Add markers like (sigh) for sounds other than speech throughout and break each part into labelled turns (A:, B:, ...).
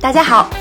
A: 大家好，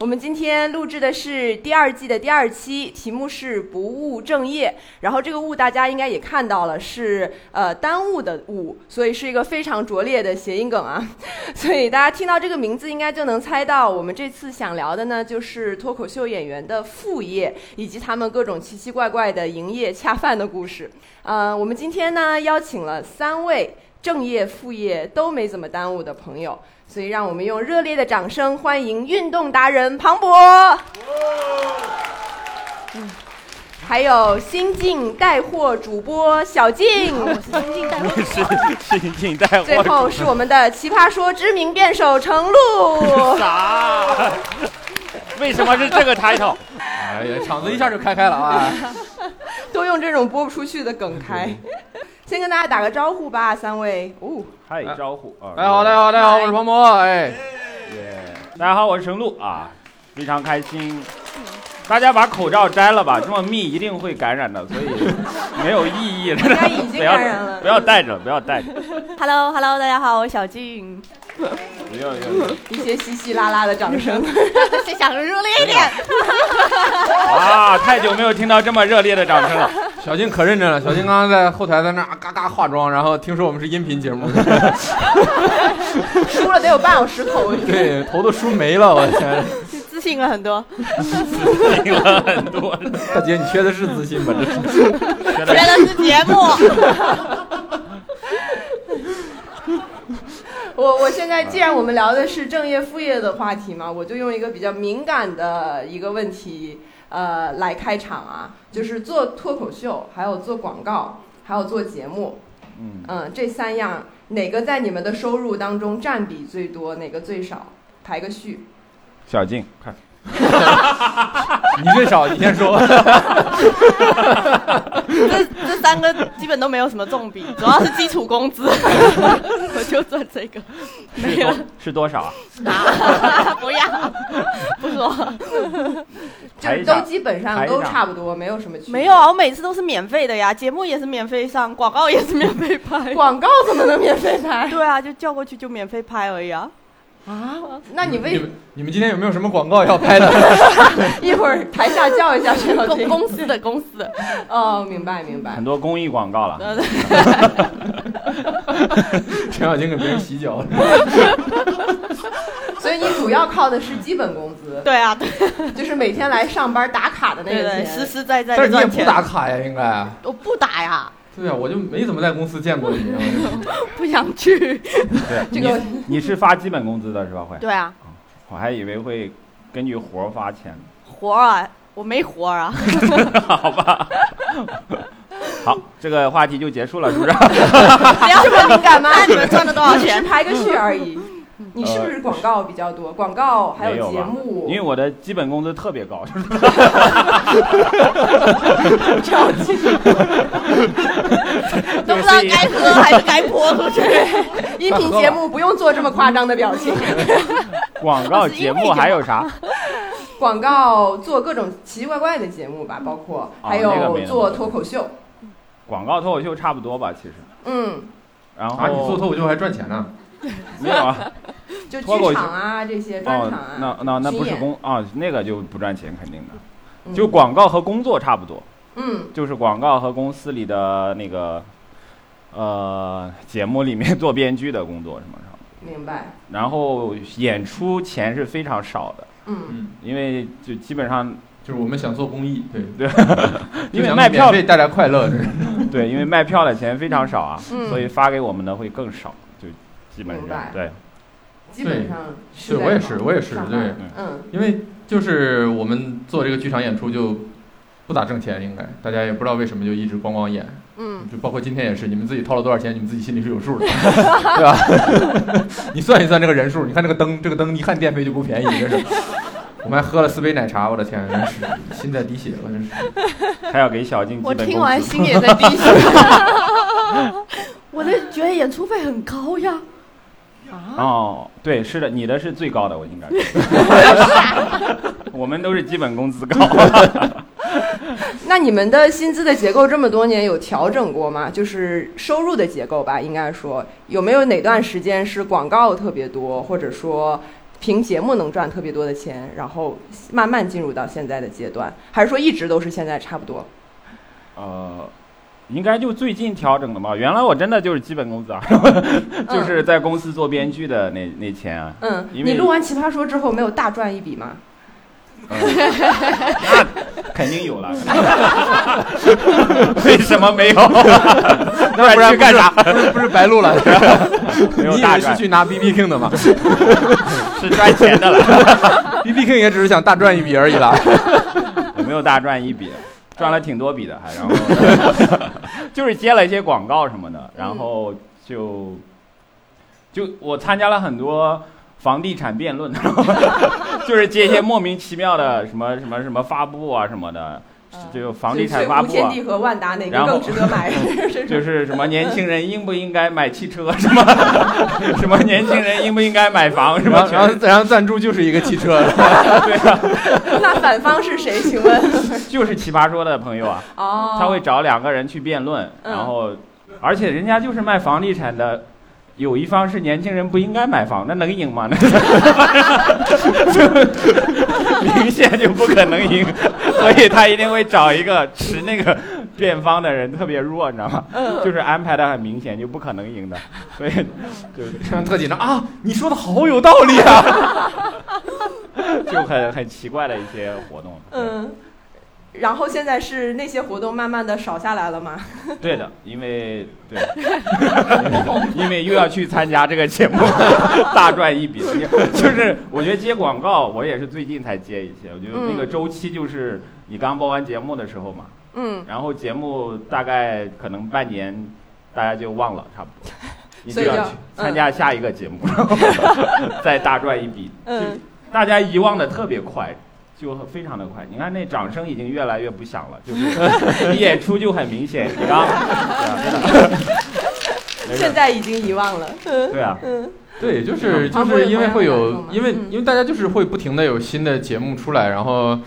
B: 我们今天录制的是第二季的第二期，题目是“不务正业”。然后这个“务”大家应该也看到了，是呃耽误的“误”，所以是一个非常拙劣的谐音梗啊。 (laughs) 所以大家听到这个名字，应该就能猜到我们这次想聊的呢，就是脱口秀演员的副业以及他们各种奇奇怪怪的营业恰饭的故事。呃，我们今天呢邀请了三位。正业、副业都没怎么耽误的朋友，所以让我们用热烈的掌声欢迎运动达人庞博，嗯还有新晋带货主播小静，
C: (laughs)
D: 是是请带货。
B: 最后是我们的奇葩说知名辩手程
C: (laughs)
B: 璐。
D: 啥？为什么是这个 title？
E: 哎呀，场子一下就开开了啊！
B: 都用这种播不出去的梗开。先跟大家打个招呼吧，三位。哦，
D: 嗨，招呼啊！
E: 大家哎好，大家好，大家好，我是庞博。哎，
D: 大家好，我是程璐啊，非常开心。大家把口罩摘了吧，这么密一定会感染的，所以没有意义了。
B: 应该已经
D: 不要
B: 感染了
D: (laughs) 不要戴着，不要戴着。
C: Hello Hello，大家好，我是小静，
D: 不要不要
B: 一些稀稀拉拉的掌
C: (laughs)
B: 声。
C: 先想着热烈一点。
D: 啊！太久没有听到这么热烈的掌
B: (laughs)
D: 声了。
E: 小静可认真了，小静刚刚在后台在那儿啊嘎嘎化妆，然后听说我们是音频节目，
B: 输了得有半小时口。
E: 对，头都梳没了，我天！
C: 自信了很多，
D: 听了很多，
E: 大姐，你缺的是自信吧？这是。
D: 觉得
C: 觉得是节目，
B: (laughs) 我我现在既然我们聊的是正业副业的话题嘛，我就用一个比较敏感的一个问题，呃，来开场啊，就是做脱口秀，还有做广告，还有做节目，
D: 嗯，
B: 嗯，这三样哪个在你们的收入当中占比最多，哪个最少？排个序。
D: 小静，快，
E: 你最少，你先说。
C: 这这三个基本都没有什么重比，主要是基础工资， (laughs) 我就赚这个，没
D: 是
C: 有
D: 多是多少啊？
C: (laughs) 不要，不说，
B: 就
D: 排
B: 是
D: 一下
B: 都基本上
D: 排一
B: 都
D: 下
B: 差不多，没有什么区别。
C: 没有啊，我每次都是免费的呀，节目也是免费上，广告也是免费拍，
B: 广告怎么能免费拍
C: 对啊，就叫过去就免费拍而已啊，
B: 啊？ (laughs) 那你
E: 你
B: 为
E: 们你们今天有没有什么广告要拍的？
B: 一会儿台下叫一下陈小
C: (laughs) 公
B: 青。
C: 公司的公司的，嗯
B: 哦，明白明白
D: 很。多公益广告了。
C: 对对
E: 陈小静给别人洗脚。
B: 所以你主要靠的是基本工资，
C: 对 (laughs) 啊，对
B: 就是每天来上班打卡的那
C: 对
B: 个
C: 对，
B: 钱。
C: 实实在在
E: 但是
C: 的
E: 你也
C: 赚
E: 不
C: 钱，
E: 打卡呀，应该。啊
C: 我不打呀，
E: 对啊呀，我就没怎么在公司见过你。啊
C: 不想去，
D: 对，
B: 这个
D: 你你是发基本工资的是吧？会，
C: 对啊，
D: 我还以为会根据活儿发钱。
C: (laughs) 活儿啊，我没活儿啊。
D: 好吧。好，这个话题就结束了，是不是？
C: 不要 (laughs) 这么敏感吗？那你们赚了多少 (laughs) 钱？
B: 排个序而已。你是不是广告比较多？广告 (laughs) 还
D: 没有吧啊
B: 节目
D: 因为，我的基本工资特别高，就是 (laughs) 啊
C: 都不知道该喝还是该泼出去。
B: 音频节目不用做这么夸张的表情。
D: 广告
B: 哦
D: 节目还有啥？
B: 广告做各种奇奇怪怪的节目吧，包括
D: 啊
B: 还
D: 那个没
B: 有
D: 那么
B: 做
D: 多
B: 脱口秀。
D: 广告脱口秀差不多吧，其实。
B: 嗯，
D: 然后、
E: 啊，你做脱口秀还赚钱啊呢？
D: 没有啊？
B: 就
D: 脱口
B: 剧
D: 秀
B: 场啊这些专
D: 哦
B: 场啊，，
D: 那那那不
B: 巡
D: 是
B: 演
D: 工啊，那个就不赚钱，肯定的。
B: 嗯
D: 就广告和工作差不多，
B: 嗯
D: 就是广告和公司里的那个呃节目里面 (laughs) 做编剧的工作什么什么。
B: 明白
D: 然后演出钱是非常少的，
B: 嗯
E: 嗯，
D: 因为就基本上
E: 就是我们想做公益，对，
D: 因为
E: 想
D: 卖
E: 免
D: 票
E: 费带来快乐，这是。
D: 对，因为卖票的钱非常少啊，
B: 嗯
D: 所以发给我们的会更少，就基本
B: 明白
D: 上对。
B: 基本上是
E: 对
B: 在
E: 我也是我也是
B: 上班
E: 对
B: 嗯
E: 因为就是我们做这个剧场演出就不咋挣钱，应该大家也不知道为什么就一直光光演，
B: 嗯
E: 就包括今天也是，你们自己掏了多少钱，你们自己心里是有数的， (laughs) 对吧？ (laughs) 你算一算这个人数，你看这个灯，这个灯一看电费就不便宜，真是。我们还喝了四杯奶茶，我的天，真是心在滴血
D: (laughs)
E: 了，真是。
C: (laughs)
D: 还要给小静基
C: 我
D: 本
C: 听
D: 工 (laughs)
C: 完
D: 资。
C: 心也在滴血。我的觉得演出费很高呀。
D: 哦，对，是的，你的是最高的，我应该
C: (laughs)
D: 是。 (laughs) 我们都是基本工资高。
C: (laughs)
B: 那你们的薪资的结构这么多年有调整过吗？就是收入的结构吧，应该说有没有哪段时间是广告特别多，或者说凭节目能赚特别多的钱，然后慢慢进入到现在的阶段，还是说一直都是现在差不多？
D: 呃，应该就最近调整的吧。原来我真的就是基本工资啊， (laughs) (laughs)
C: 嗯
D: 就是在公司做编剧的那那钱啊。
B: 嗯，
D: 因为
B: 你录完《奇葩说》之后没有大赚一笔吗？
D: 那肯定有 (laughs) 了。为什么没 (laughs) 有？
E: 那不然
D: 去干啥？
E: 不是不是白录了？
D: (laughs) 没有
E: 你以
D: 大
E: 为是
D: 赚，
E: 去拿 B B King
D: (laughs)
E: 的吗
D: 是赚钱的了，
E: ？B B King 也只是想大赚一笔而已啦。
D: 有 (laughs) 没有大赚一笔？赚了挺多笔的，还然后 (laughs) 就是接了一些广告什么的，然后就就我参加了很多房地产辩论， (laughs) 就是接一些莫名其妙的什么什么什么发布啊什么的，就房地产发布、
B: 天
D: 啊。
B: 地和万达哪
D: 然
B: 个
D: 后
B: 更值得
D: (laughs)
B: 买？
E: (laughs)
B: 这种
D: 就是什么年轻人应不应该买汽车，什么 (laughs) 什么年轻人应不应该买房，什
E: 然
D: 么
E: 后然后然后赞助就是一个汽车，
D: (laughs) 对啊，
B: 那反方是谁？请问？
D: 就是奇葩说的朋友啊，
B: 哦，
D: (laughs) 他会找两个人去辩论，
B: 嗯
D: 然后而且人家就是卖房地产的。有一方是年轻人不应该买房，那能赢吗？那 (laughs) 明显就不可能赢，所以他一定会找一个持那个辩方的人特别弱，你知道吗？
E: 嗯
D: 就是安排的很明显，就不可能赢的，所以就是
E: 让特紧张啊！你说的好有道理啊！
D: 就很很奇怪的一些活动。
B: 嗯，然后现在是那些活动慢慢的少下来了吗？
D: 对，对的，因为对，
B: (laughs)
D: 因为又要去参加这个节目， (laughs) 大赚一笔。就是我觉得接广告，我也是最近才接一些。我觉得那个周期就是你刚播完节目的时候嘛，
B: 嗯，
D: 然后节目大概可能半年，大家就忘了差不
B: (laughs)
D: 多。你
B: 所
D: 就
B: 以
D: 要
B: 要
D: 去参加下一个节目，然后 (laughs) 再大赚一笔。
B: 嗯，
D: 大家遗忘的特别快，就非常的快。你看那掌声已经越来越不响了，就是你演出就很明显。你
B: (laughs)
D: 刚，对
B: 现
D: 啊
B: 在已经遗忘了。
D: 真的，对啊，
E: 对，嗯就是就
B: 旁边有
E: 是因为
B: 观众
E: 会有
B: 嘛，
E: 因为
B: 嗯
E: 因为大家就是会不停的有新的节目出来，然后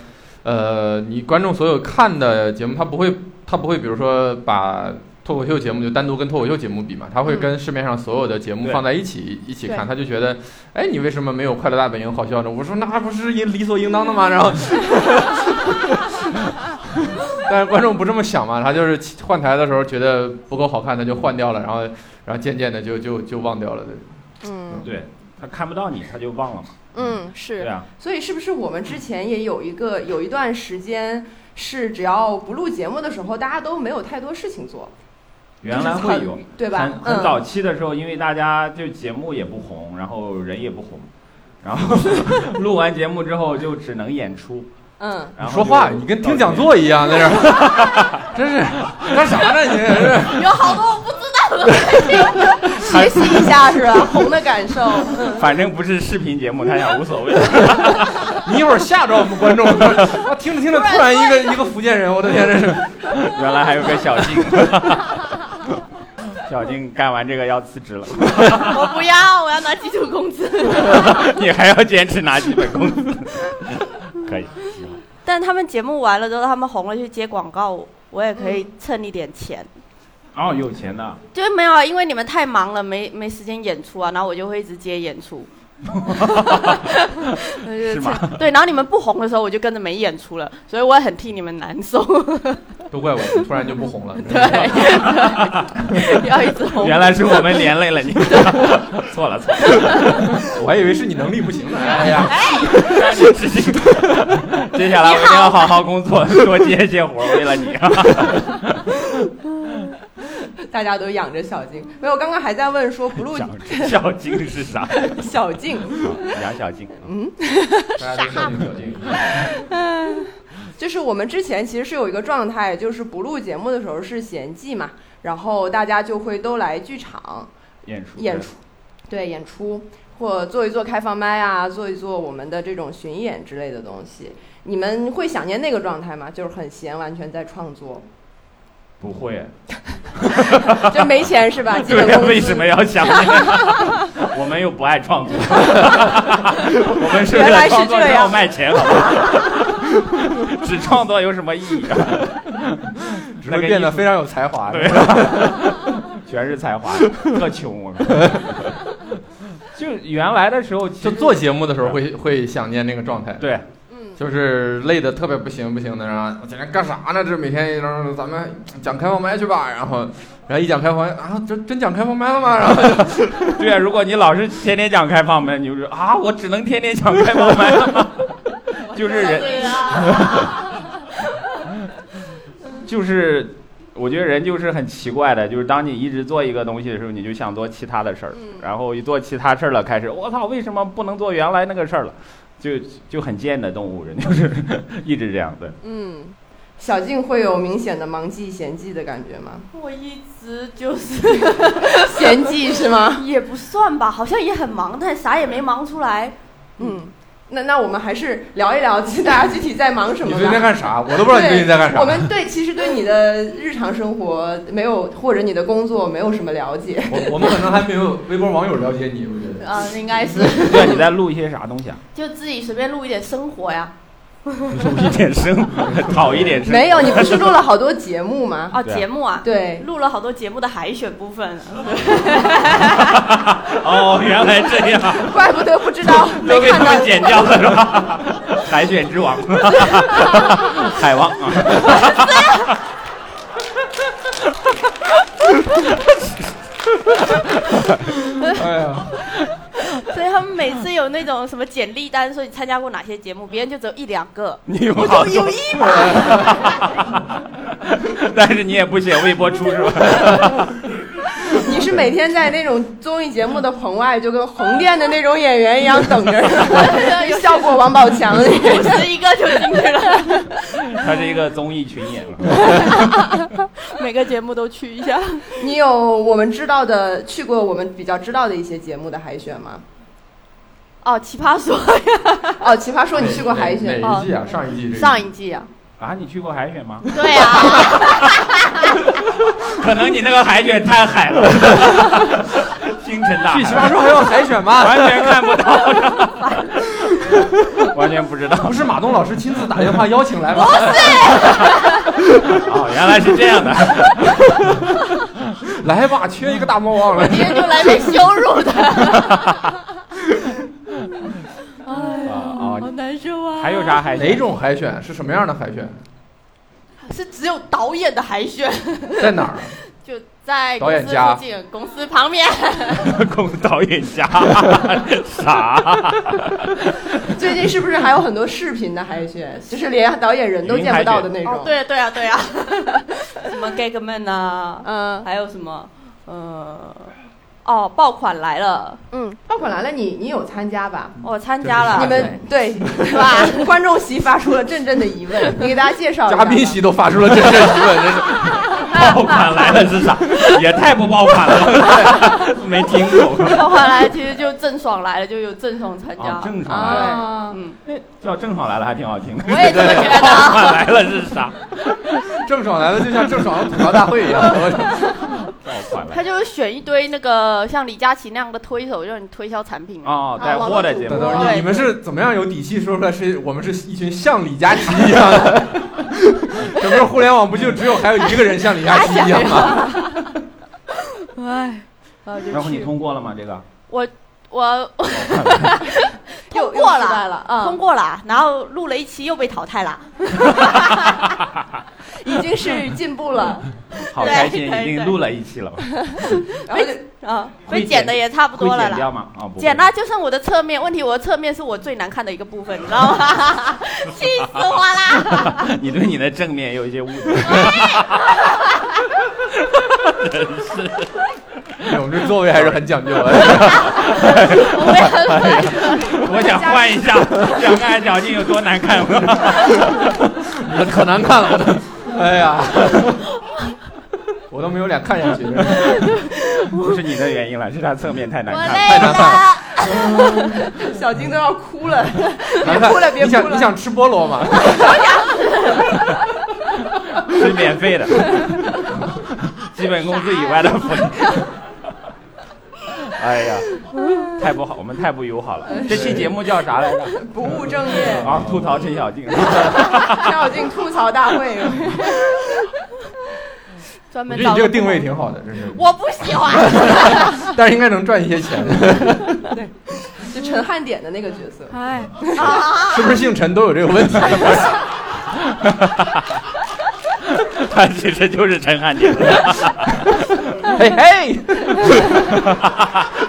E: 呃，你观众所有看的节目，他不会他不会比如说把脱口秀节目就单独跟脱口秀节目比嘛，他会跟市面上所有的节目
D: 对
E: 放在一起一起看，
C: 对
E: 他就觉得，哎，你为什么没有《快乐大本营》好笑呢？我说那不是应理所应当的吗？然后。但是观众不这么想嘛，他就是换台的时候觉得不够好看，他就换掉了，然后，然后渐渐的就就就忘掉了。对
C: 嗯
D: 对他看不到你，他就忘了嘛。
C: 嗯，
D: 对
C: 是
D: 啊，
B: 所以是不是我们之前也有一个有一段时间是只要不录节目的时候，大家都没有太多事情做，
D: 原来会有，
B: 对吧
D: 很？
B: 嗯，
D: 很早期的时候，因为大家就节目也不红，然后人也不红，然
B: (laughs)
D: 后录完节目之后就只能演出。
B: 嗯，
D: 然
E: 你
D: 后
E: 说话，你跟听讲座一样在这 (laughs) 儿，真是干啥呢？你这
D: (laughs)
E: 是
C: 有好多我不知道的，学习一下是吧？红的感受，
D: 就，反正不是视频节目，他想无所谓。
E: 你一会儿吓着我们观众，我听着听着，突然一个一个福建人，我的天，真
D: (laughs)
E: 是
D: 原来还有个小 (laughs) 静，小静干完这个要辞职了。
C: (laughs) 我不要，我要拿基础工资。
D: 你还要坚持拿基本工 (laughs) 资，可以。
C: (laughs) 但他们节目完了之后，他们红了去接广告，我也可以蹭一点钱。
D: 哦，有钱的，
C: 就是没有啊，因为你们太忙了，没没时间演出啊，然后我就会一直接演 (laughs) 出。
D: 是吗？
C: 对，然后你们不红的时候，我就跟着没演出了，所以我也很替你们难 (laughs) 受。
E: 都怪我，突然就不红了。
C: 对，要一直红。
D: 原来是我们连累了 (laughs) 你，错了错了，
E: 我还以为是你能力不行呢。哎
D: (laughs)
E: 呀，
D: 让你致敬。接下来我一定要好好工作，多接一些活，为了你啊。
B: (laughs) 大家都养着小静。没有，刚刚还在问说不
D: (laughs)
B: 录
D: 小小静是啥？嗯
B: 小静，
D: (laughs) 杨小静，
E: 大家都小心小心。
B: 就是我们之前其实是有一个状态，就是不录节目的时候是闲季嘛，然后大家就会都来剧场，
D: 演出
B: 演出，
E: 嗯
B: 对演出或做一做开放麦啊，做一做我们的这种巡演之类的东西。你们会想念那个状态吗？就是很闲，完全在创作。
D: 不会，
B: 就没钱是
E: (laughs)
B: 吧？基本
D: 对
B: 工
D: 呀，
B: 资
D: 为什么要想念？我们又不爱创
E: (laughs)
D: 作，我们是为
B: 原
D: 了
B: 来是
D: 创作
B: 这
D: 之后
B: 样
D: 卖钱，
E: (laughs)
D: 好吧？只创作有什么意义
E: (laughs)
D: 啊？
E: 只会变得非常有才华。
D: 对，啊全是才华，特穷。我说，就原来的时候，其
E: (laughs) 就
D: 实
E: 做节目的时候会会想念那个状态，
D: 对，
B: 嗯，
E: 就是累的特别不行不行的，然后我今天干啥呢？这每天然后咱们讲开放麦去吧，然后然后一讲开放麦啊，真真讲开放麦了吗？然后就
D: 对啊，如果你老是天天讲开放麦，你就说啊，我只能天天讲开放麦了
E: (laughs)
D: 吗？就是人，
C: 啊
D: 就是我觉得人就是很奇怪的，就是当你一直做一个东西的时候，你就想做其他的事儿，
B: 嗯
D: 然后一做其他事儿了，开始我操，为什么不能做原来那个事儿了？就就很贱的动物，人就是 (laughs) 一直这样的。
B: 嗯，小静会有明显的忙季闲季的感觉吗？ (laughs)
C: 我一直就是
B: 闲季是吗？
C: 也不算吧，好像也很忙，但啥也没忙出来。 (laughs)
B: 嗯，那那我们还是聊一聊， (laughs) 大家具体在忙什
E: 你
B: 么
E: 最近在
B: 吧。
E: 干啥？我都不知道你最近在干啥。
B: 我们对其实对你的日常生活没有，或者你的工作没有什么了
E: (laughs)
B: 解。
E: 我我们可能还没有微博网友了解你，我觉得。
C: 啊、应该是
D: 对啊，你在录一些啥东西啊？
C: 就自己随便录一点生活呀。
D: 录一点声， (laughs) 讨一点声。
B: 没有，你不是录了好多节目吗？
E: (laughs)
C: 啊，
D: 对啊
C: 节目啊，
B: 对，
C: 录了好多节目的海选部分，啊
D: 哦，原来这样，
B: (laughs) 怪不得不知道，
D: (laughs) 都
B: 没
D: 被
B: 看
D: 他
B: 到
D: 们剪掉了是吧？ (laughs) 海选之 (laughs) 王，海王啊！
E: 哎呀，
C: 所以他们每次有那种什么简历单，说你参加过哪些节目，别人就只有一两个。
D: 你有好有一把， (laughs) 但是你也不写微博出是吧？
B: 你是每天在那种综艺节目的棚外，就跟横店的那种演员
D: (laughs)
B: 一样等着，就效果王宝强 (laughs) 那种。
C: 五十一个就进去了，
D: 他是一个综艺群演，
C: 每个节目都去一下。
B: 你有我们知道的去过我们比较知道的一些节目的海选
D: (laughs)
B: 吗？
C: 哦，奇葩说呀，
B: 哦，奇葩说你去过海
E: 哪
B: 选？
E: 哪一季啊？上一季这个
C: 上一季啊，
D: (laughs) 啊，你去过海选吗？
C: 对啊，
D: 可能你那个海选太海 (laughs) 了，星辰大
E: 去奇葩
D: 海，
E: 说还要海选吗？ (laughs)
D: 完全看不到，完全不知道。
E: 不是马东老师亲自打电话邀请来吗？
D: 哦，原来是这样的。
E: (laughs) 来吧，缺一个大魔王了。
C: 别人就来被羞辱的，
D: 啊
C: (laughs) 好
D: 啊！
C: 难受啊。
D: 还有啥？海选？
E: 哪种海选？是什么样的海选？
C: 是只有导演的海选，
E: 在哪儿啊？
C: 就在
E: 导
C: 公
E: 演
C: 司
E: 家
C: 附近，公司旁边。
D: (laughs) 公导演家？啥？
B: 最近是不是还有很多视频的海
D: (laughs)
B: 选？就是连导演人都见不到的那种。
C: 哦，，对对啊，对啊， (laughs) 什么 gag man 啊，
B: 嗯
C: 还有什么，呃，哦，爆款来了，
B: 嗯，爆款来了，你你有参加吧？
C: 我参加
E: 啊
C: 了。
B: 你们对
D: (laughs)
B: 是吧？观众席发出了阵阵的疑问，你给大家介绍一下吧
E: 嘉宾席都发出了真正疑问，真是。
D: 爆款来了是啥？也太不爆款了，没听过。
C: 爆款来了其实就郑爽来了，就有哦郑爽参加。
D: 啊，郑爽来了，
B: 啊。
C: 嗯，
D: 那叫郑爽来了还挺好听的。
C: 我也这么觉
D: (laughs) 爆
C: 得。
D: 款来了是啥？
E: 郑爽来了，就像郑爽的吐槽大会一样。
D: 爆款来
C: 他
D: 了。
C: 就是选一堆那个像李佳琦那样的推手，让你推销产品。
D: 哦，带货的节
C: 啊
E: 等
D: 目，
E: 等，你你们是怎么样有底气说出来是我们是一群像李佳琦一样的？ (laughs) 整个互联网不就只有还有一个人像李佳琦一样吗？
C: 哎，然后
D: 然
C: 就
D: 后你
C: 去。
D: 通过了吗？这个
C: 我 (laughs) 我
B: 又
C: 通
B: 又
C: 过
B: 失败
C: 了，
B: 了嗯
C: 通过了，然后录了一期又被淘汰了。
B: 已经是进步了，
D: 好开心，
C: 对对
D: 已经录了一期了，
B: (laughs) 然后就
C: 啊，
D: 会
C: 被剪的也差不
D: 会
C: 多了
D: 剪掉
C: 啦。
D: 吗？啊，不会
C: 剪啦，就剩我的侧面。问题我的侧面是我最难看的一个部分，你知道 (laughs) 吗？气死我啦！
D: (laughs) 你对你的正面有一些误解。
E: 哎 (laughs) 我们这座位还是很讲究的。
B: (laughs)
C: 我也很快
D: 我想换一
C: (laughs)
D: 下，想看小静有多难看。 (laughs)
E: 我可难看了，我
B: 啊
E: 都，哎呀，
B: (laughs)
E: 我都没有脸看下去。
D: 不是你的原因了，是他侧面太难
C: 我
D: 看了。
C: (laughs)
B: 哎
C: 累了。
B: 小金都要哭了，别 (laughs)
E: 难
B: 哭了，
E: 看，
B: 别
E: (laughs) 你
B: 哭
E: 想你
B: 了。
E: 想吃菠萝吗？
C: (laughs)
D: 是免费的，基本工资以外的福利。 (laughs) 哎呀，太不好，我们太不友好了。这期节目叫啥来着？
C: (laughs)
B: 不务正业，
D: 啊，吐槽陈小静。
B: 跳进吐槽大会。
C: (laughs)
B: (laughs)
C: 专
E: 我
C: 门
E: 觉得
C: 找
E: 你这个定位挺好的，真是。
C: 我不喜欢。
E: 但是应该能赚一些
B: (laughs)
E: 钱，
B: 就陈汉典的那个角色，
C: 哎，
E: 是不是姓陈都有这
B: (laughs)
E: 个问题？
D: (laughs) 他其实哎就是陈汉 (laughs) 典。
E: 嘿嘿，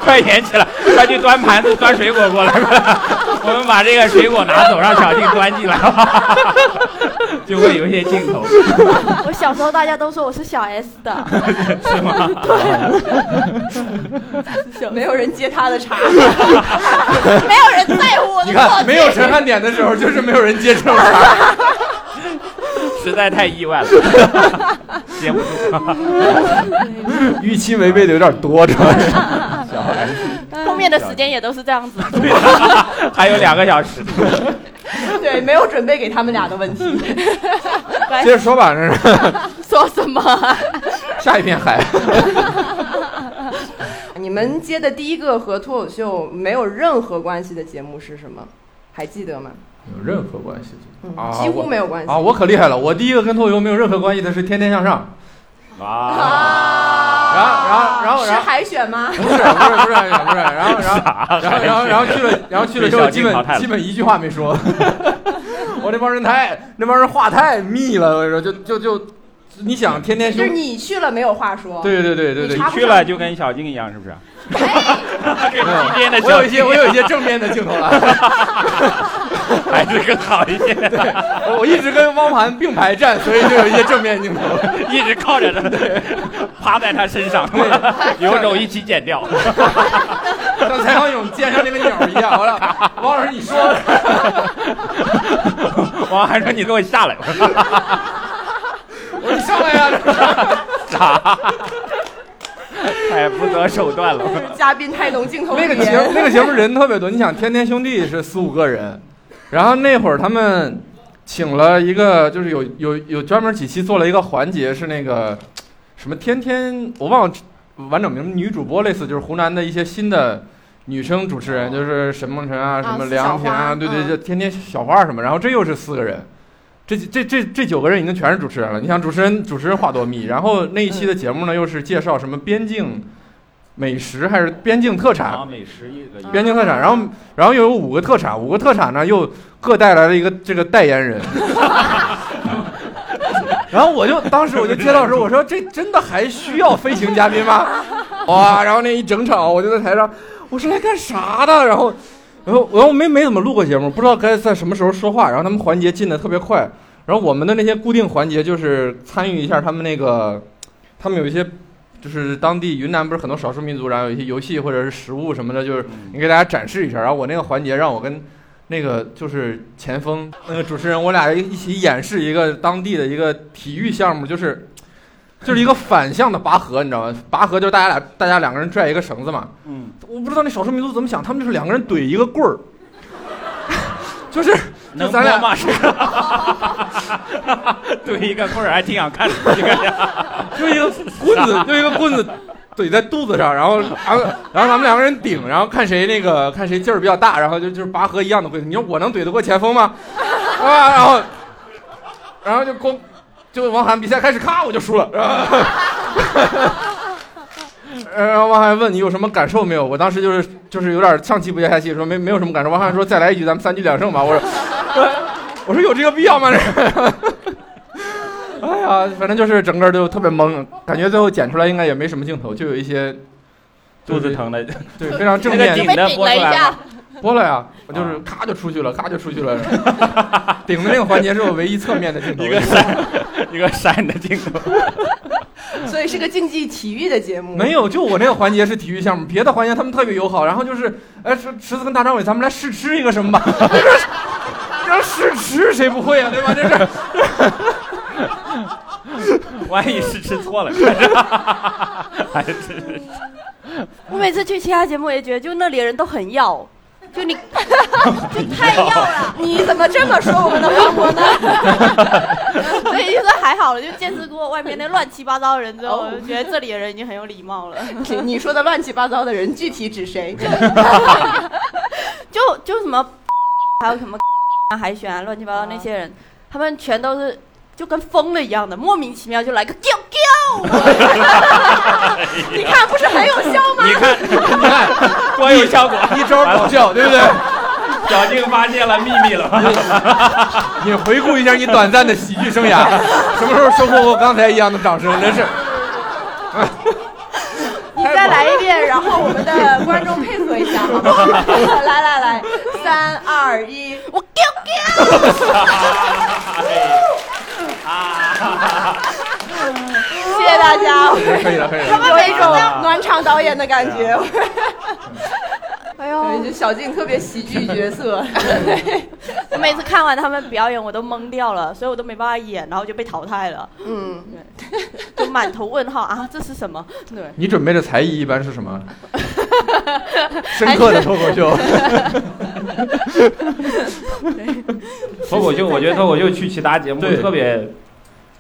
D: 快点起来，快去端盘子、端水果 (laughs) 过来，快来！我们把这个水果拿走，让小静端 (laughs) 进来，就会有一些镜头，
C: (laughs) 我小时候大家都说我是小 S 的，
D: 是吗？
B: 没有人接他的茬。
C: 没有人在乎我的
E: 你
C: 作
E: 看
C: 品。
E: 没有陈汉典的时候，就是没有人接这种茬。
B: (laughs)
D: 实在太意 (laughs) 外了，接不住。
E: 预期违背的有点
B: (laughs)
E: 多，主要是。小孩子
C: 嗯后面的时间也都是这样子。
D: 对了，还有两个小 (laughs) 时，
B: 对，没有准备给他们俩的问题。 (laughs)
E: 接着说吧，这是
C: (laughs) 说什么？
E: 下一片海。
B: 你们接的第一个和脱口秀没有任何关系的节目是什么？还记得吗？
E: 有任何关系？啊，
B: 嗯几乎
E: 我
B: 没有关系
E: 啊！我可厉害了，我第一个跟脱口秀没有任何关系的是《天天向上
D: 啊哇，》，
E: 啊然后，然后，然后，
B: 啊是
E: 然后。
B: 海选吗？
E: 不是不是不是不是，然后然后然后然后然后去了，然后去了之后，基
D: 被小金淘汰
E: 本
D: 了
E: 基本一句话没说。我那帮人太那帮人话太密了，我跟你说，就就就，你想天天
B: 就是
E: 兄，
B: 你去了没有话说。，
E: 对对对对对，
B: 你
D: 去了就跟小静一样，是不是？ (laughs) 给今天的
E: 我
D: 小
E: 有一些
D: 静
E: 我有一些正面的镜头了，
D: (laughs) 还是更好一些，
E: 我我一直跟汪涵并排站，所以就有一些正面镜头。
D: (laughs) 一直靠着他，趴在他身上， (laughs) 有种一起剪掉。
E: 像蔡康永肩上那个鸟一样，完了，汪老师你说，
D: 王涵说：“你给我下来。”
E: (laughs) 我说你上来呀、
D: 啥？太不择手段了！
B: 嘉宾太懂镜头语
E: 那个
B: 言。
E: 节目那个节目人特别多，你想天天兄弟是四五个人，然后那会儿他们请了一个，就是有有有专门几期做了一个环节，是那个什么天天我忘了完整名，女主播类似就是湖南的一些新的。女生主持人就是沈梦辰啊，什么梁平啊，
B: 小花
E: 对对，
B: 嗯
E: 就天天小花什么，然后这又是四个人，这这这这九个人已经全是主持人了。你想主持人主持人话多密，然后那一
B: 嗯
E: 期的节目呢又是介绍什么边境美食还是边境特产，
D: 美食一个
E: 边境特产，然后然后又有五个特产，五个特产呢又各带来了一个这个代言人。然后我就当时我就接到的时候，我说这真的还需要飞行嘉宾吗？哇！然后那一整场，我就在台上，我是来干啥的？然后，然后，然后没没怎么录过节目，不知道该在什么时候说话。然后他们环节进的特别快，然后我们的那些固定环节就是参与一下他们那个，他们有一些就是当地云南不是很多少数民族，然后有一些游戏或者是食物什么的，就是你给大家展示一下。然后我那个环节让我跟那个就是前锋那个主持人，我俩一起演示一个当地的一个体育项目，就是就是一个反向的拔河，你知道吗？拔河就是大家俩大家两个人拽一个绳子嘛。
D: 嗯，
E: 我不知道那少数民族怎么想，他们就是两个人怼一个棍儿， (laughs) 就是就
D: 能
E: 咱
D: 播
E: 俩
D: 吗？是，对一个棍儿还挺想看的，你看，
E: 就一个棍子，就一个棍子怼在肚子上，然后，然后，然后咱们两个人顶，然后看谁那个看谁劲儿比较大，然后就就是拔河一样的棍子。你说我能怼得过前锋吗？啊，然后，然后就光就王涵比赛开始，咔我就输了。 (laughs) 然后王涵问你有什么感受没有？我当时就是就是有点上气不接下气，说没没有什么感受。王涵说再来一局，咱们三局两胜吧。我说， (laughs) 我说有这个必要吗？ (laughs) 哎呀，反正就是整个就特别懵，感觉最后剪出来应该也没什么镜头，就有一些
D: 肚子，疼的，
E: 就是对，非常正
D: 那个
E: 面
D: 顶
C: 被
D: 的
C: 顶
D: 播
C: 了
D: 出
C: 一
D: 来
C: 下
D: 吗？，
E: (laughs) 播了呀，我
D: 啊
E: 就是咔就出去了，咔就出去了。 (laughs) 顶的那个环节是我唯一侧面的镜
D: (laughs)
E: 头，
D: 一个闪，一个闪的镜头，
B: 所以是个竞技体育的节目。
E: 没有，就我那个环节是体育项目，别的环节他们特别友好。然后就是，哎，池池子跟大张伟，咱们来试吃一个什么吧？ (laughs) 这试吃谁不会啊？对吧？这是。
D: 万一是吃错了，还是吃
C: 我每次去其他节目也觉得，就那里的人都很要，就你就太要了， (laughs)
B: 你怎么这么说我们的韩国呢？
C: 所以就是还好了，就见识过外面那乱七八糟的人之后，
B: 哦
C: 我就觉得这里的人已经很有礼貌了。
B: (laughs)
C: (laughs)
B: 你你说的乱七八糟的人具体指 (laughs) 谁？
C: 就就什 (laughs) 么，还有什么啊海选啊，乱七八糟那些人，他们全都是就跟疯了一样的，莫名其妙就来个 “go (laughs) go”，你看不是很有效吗？
D: (laughs) 你看，
E: 你看
D: 多有效果！
E: 一招搞笑，对
D: (laughs)
E: 不对？
D: 小静发现了秘密了。
E: 你回顾一下你短暂的喜剧生涯，什么时候收获过刚才一样的掌声？真是
B: 你再来一遍，然 (laughs) 后我们的观众配合一下，好不 (laughs) 好？来来来，三二一，
C: 我 go go，
D: 啊！
B: 谢谢大家。
E: 可以了，可以
B: 他
E: 了。
B: 们有一种暖场导演的感觉。哎呦，就小静特别喜剧角 (laughs) 色，
C: 我每次看完他们表演，我都懵掉了，所以我都没办法演，然后就被淘汰了，
B: 嗯，
C: 就满头问号啊，这是什么？对，
E: 你准备的才艺一般是什
D: (laughs)
E: 么？深刻的脱口秀，
D: 脱口秀，我觉得脱口秀去其他节目
E: 对
D: 特别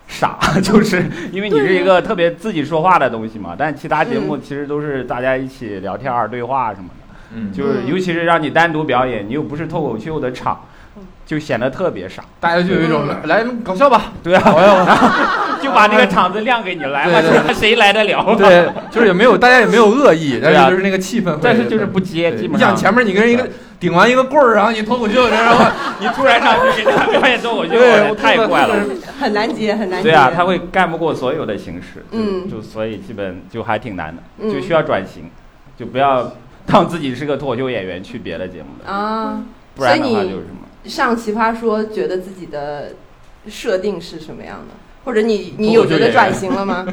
D: 傻， (laughs) 就是因为你是一个特别自己说话的东西嘛。但其他节目其实都是大家一起聊天儿、对话什么的，
E: 嗯，就
D: 就是尤其是让你单独表演，你又不是脱口秀的场，
E: 嗯
D: 就显得特别傻。
E: 大家就有一种
B: 嗯
E: 来搞笑吧，
D: 对啊， (laughs)
E: 搞笑吧。
D: 就把那个场子亮给你来嘛，
E: 对对对
D: 谁来得了啊？
E: 对，就是也没有，大家也没有恶意，但
D: 对啊
E: 是就是那个气氛会，
D: 但是就是不接，
E: 对
D: 基
E: 你
D: 本上
E: 想。前面你跟人一个顶完一个棍儿，然后你脱口秀，然后
D: 你突然上去给他表演脱口秀，
E: 对，我
D: 太怪了。
B: 啊很难接，很难接。
D: 对啊，他会干不过所有的形式，
B: 嗯
D: 就所以基本就还挺难的，
B: 嗯
D: 就需要转型，就不要 (laughs) 当自己是个脱口秀演员去别的节目了，
B: 啊。
D: 不然的
B: 所
D: 话
B: 以你
D: 就是什么
B: 上奇葩说，觉得自己的设定是什么样的？或者你你有觉得转型了吗？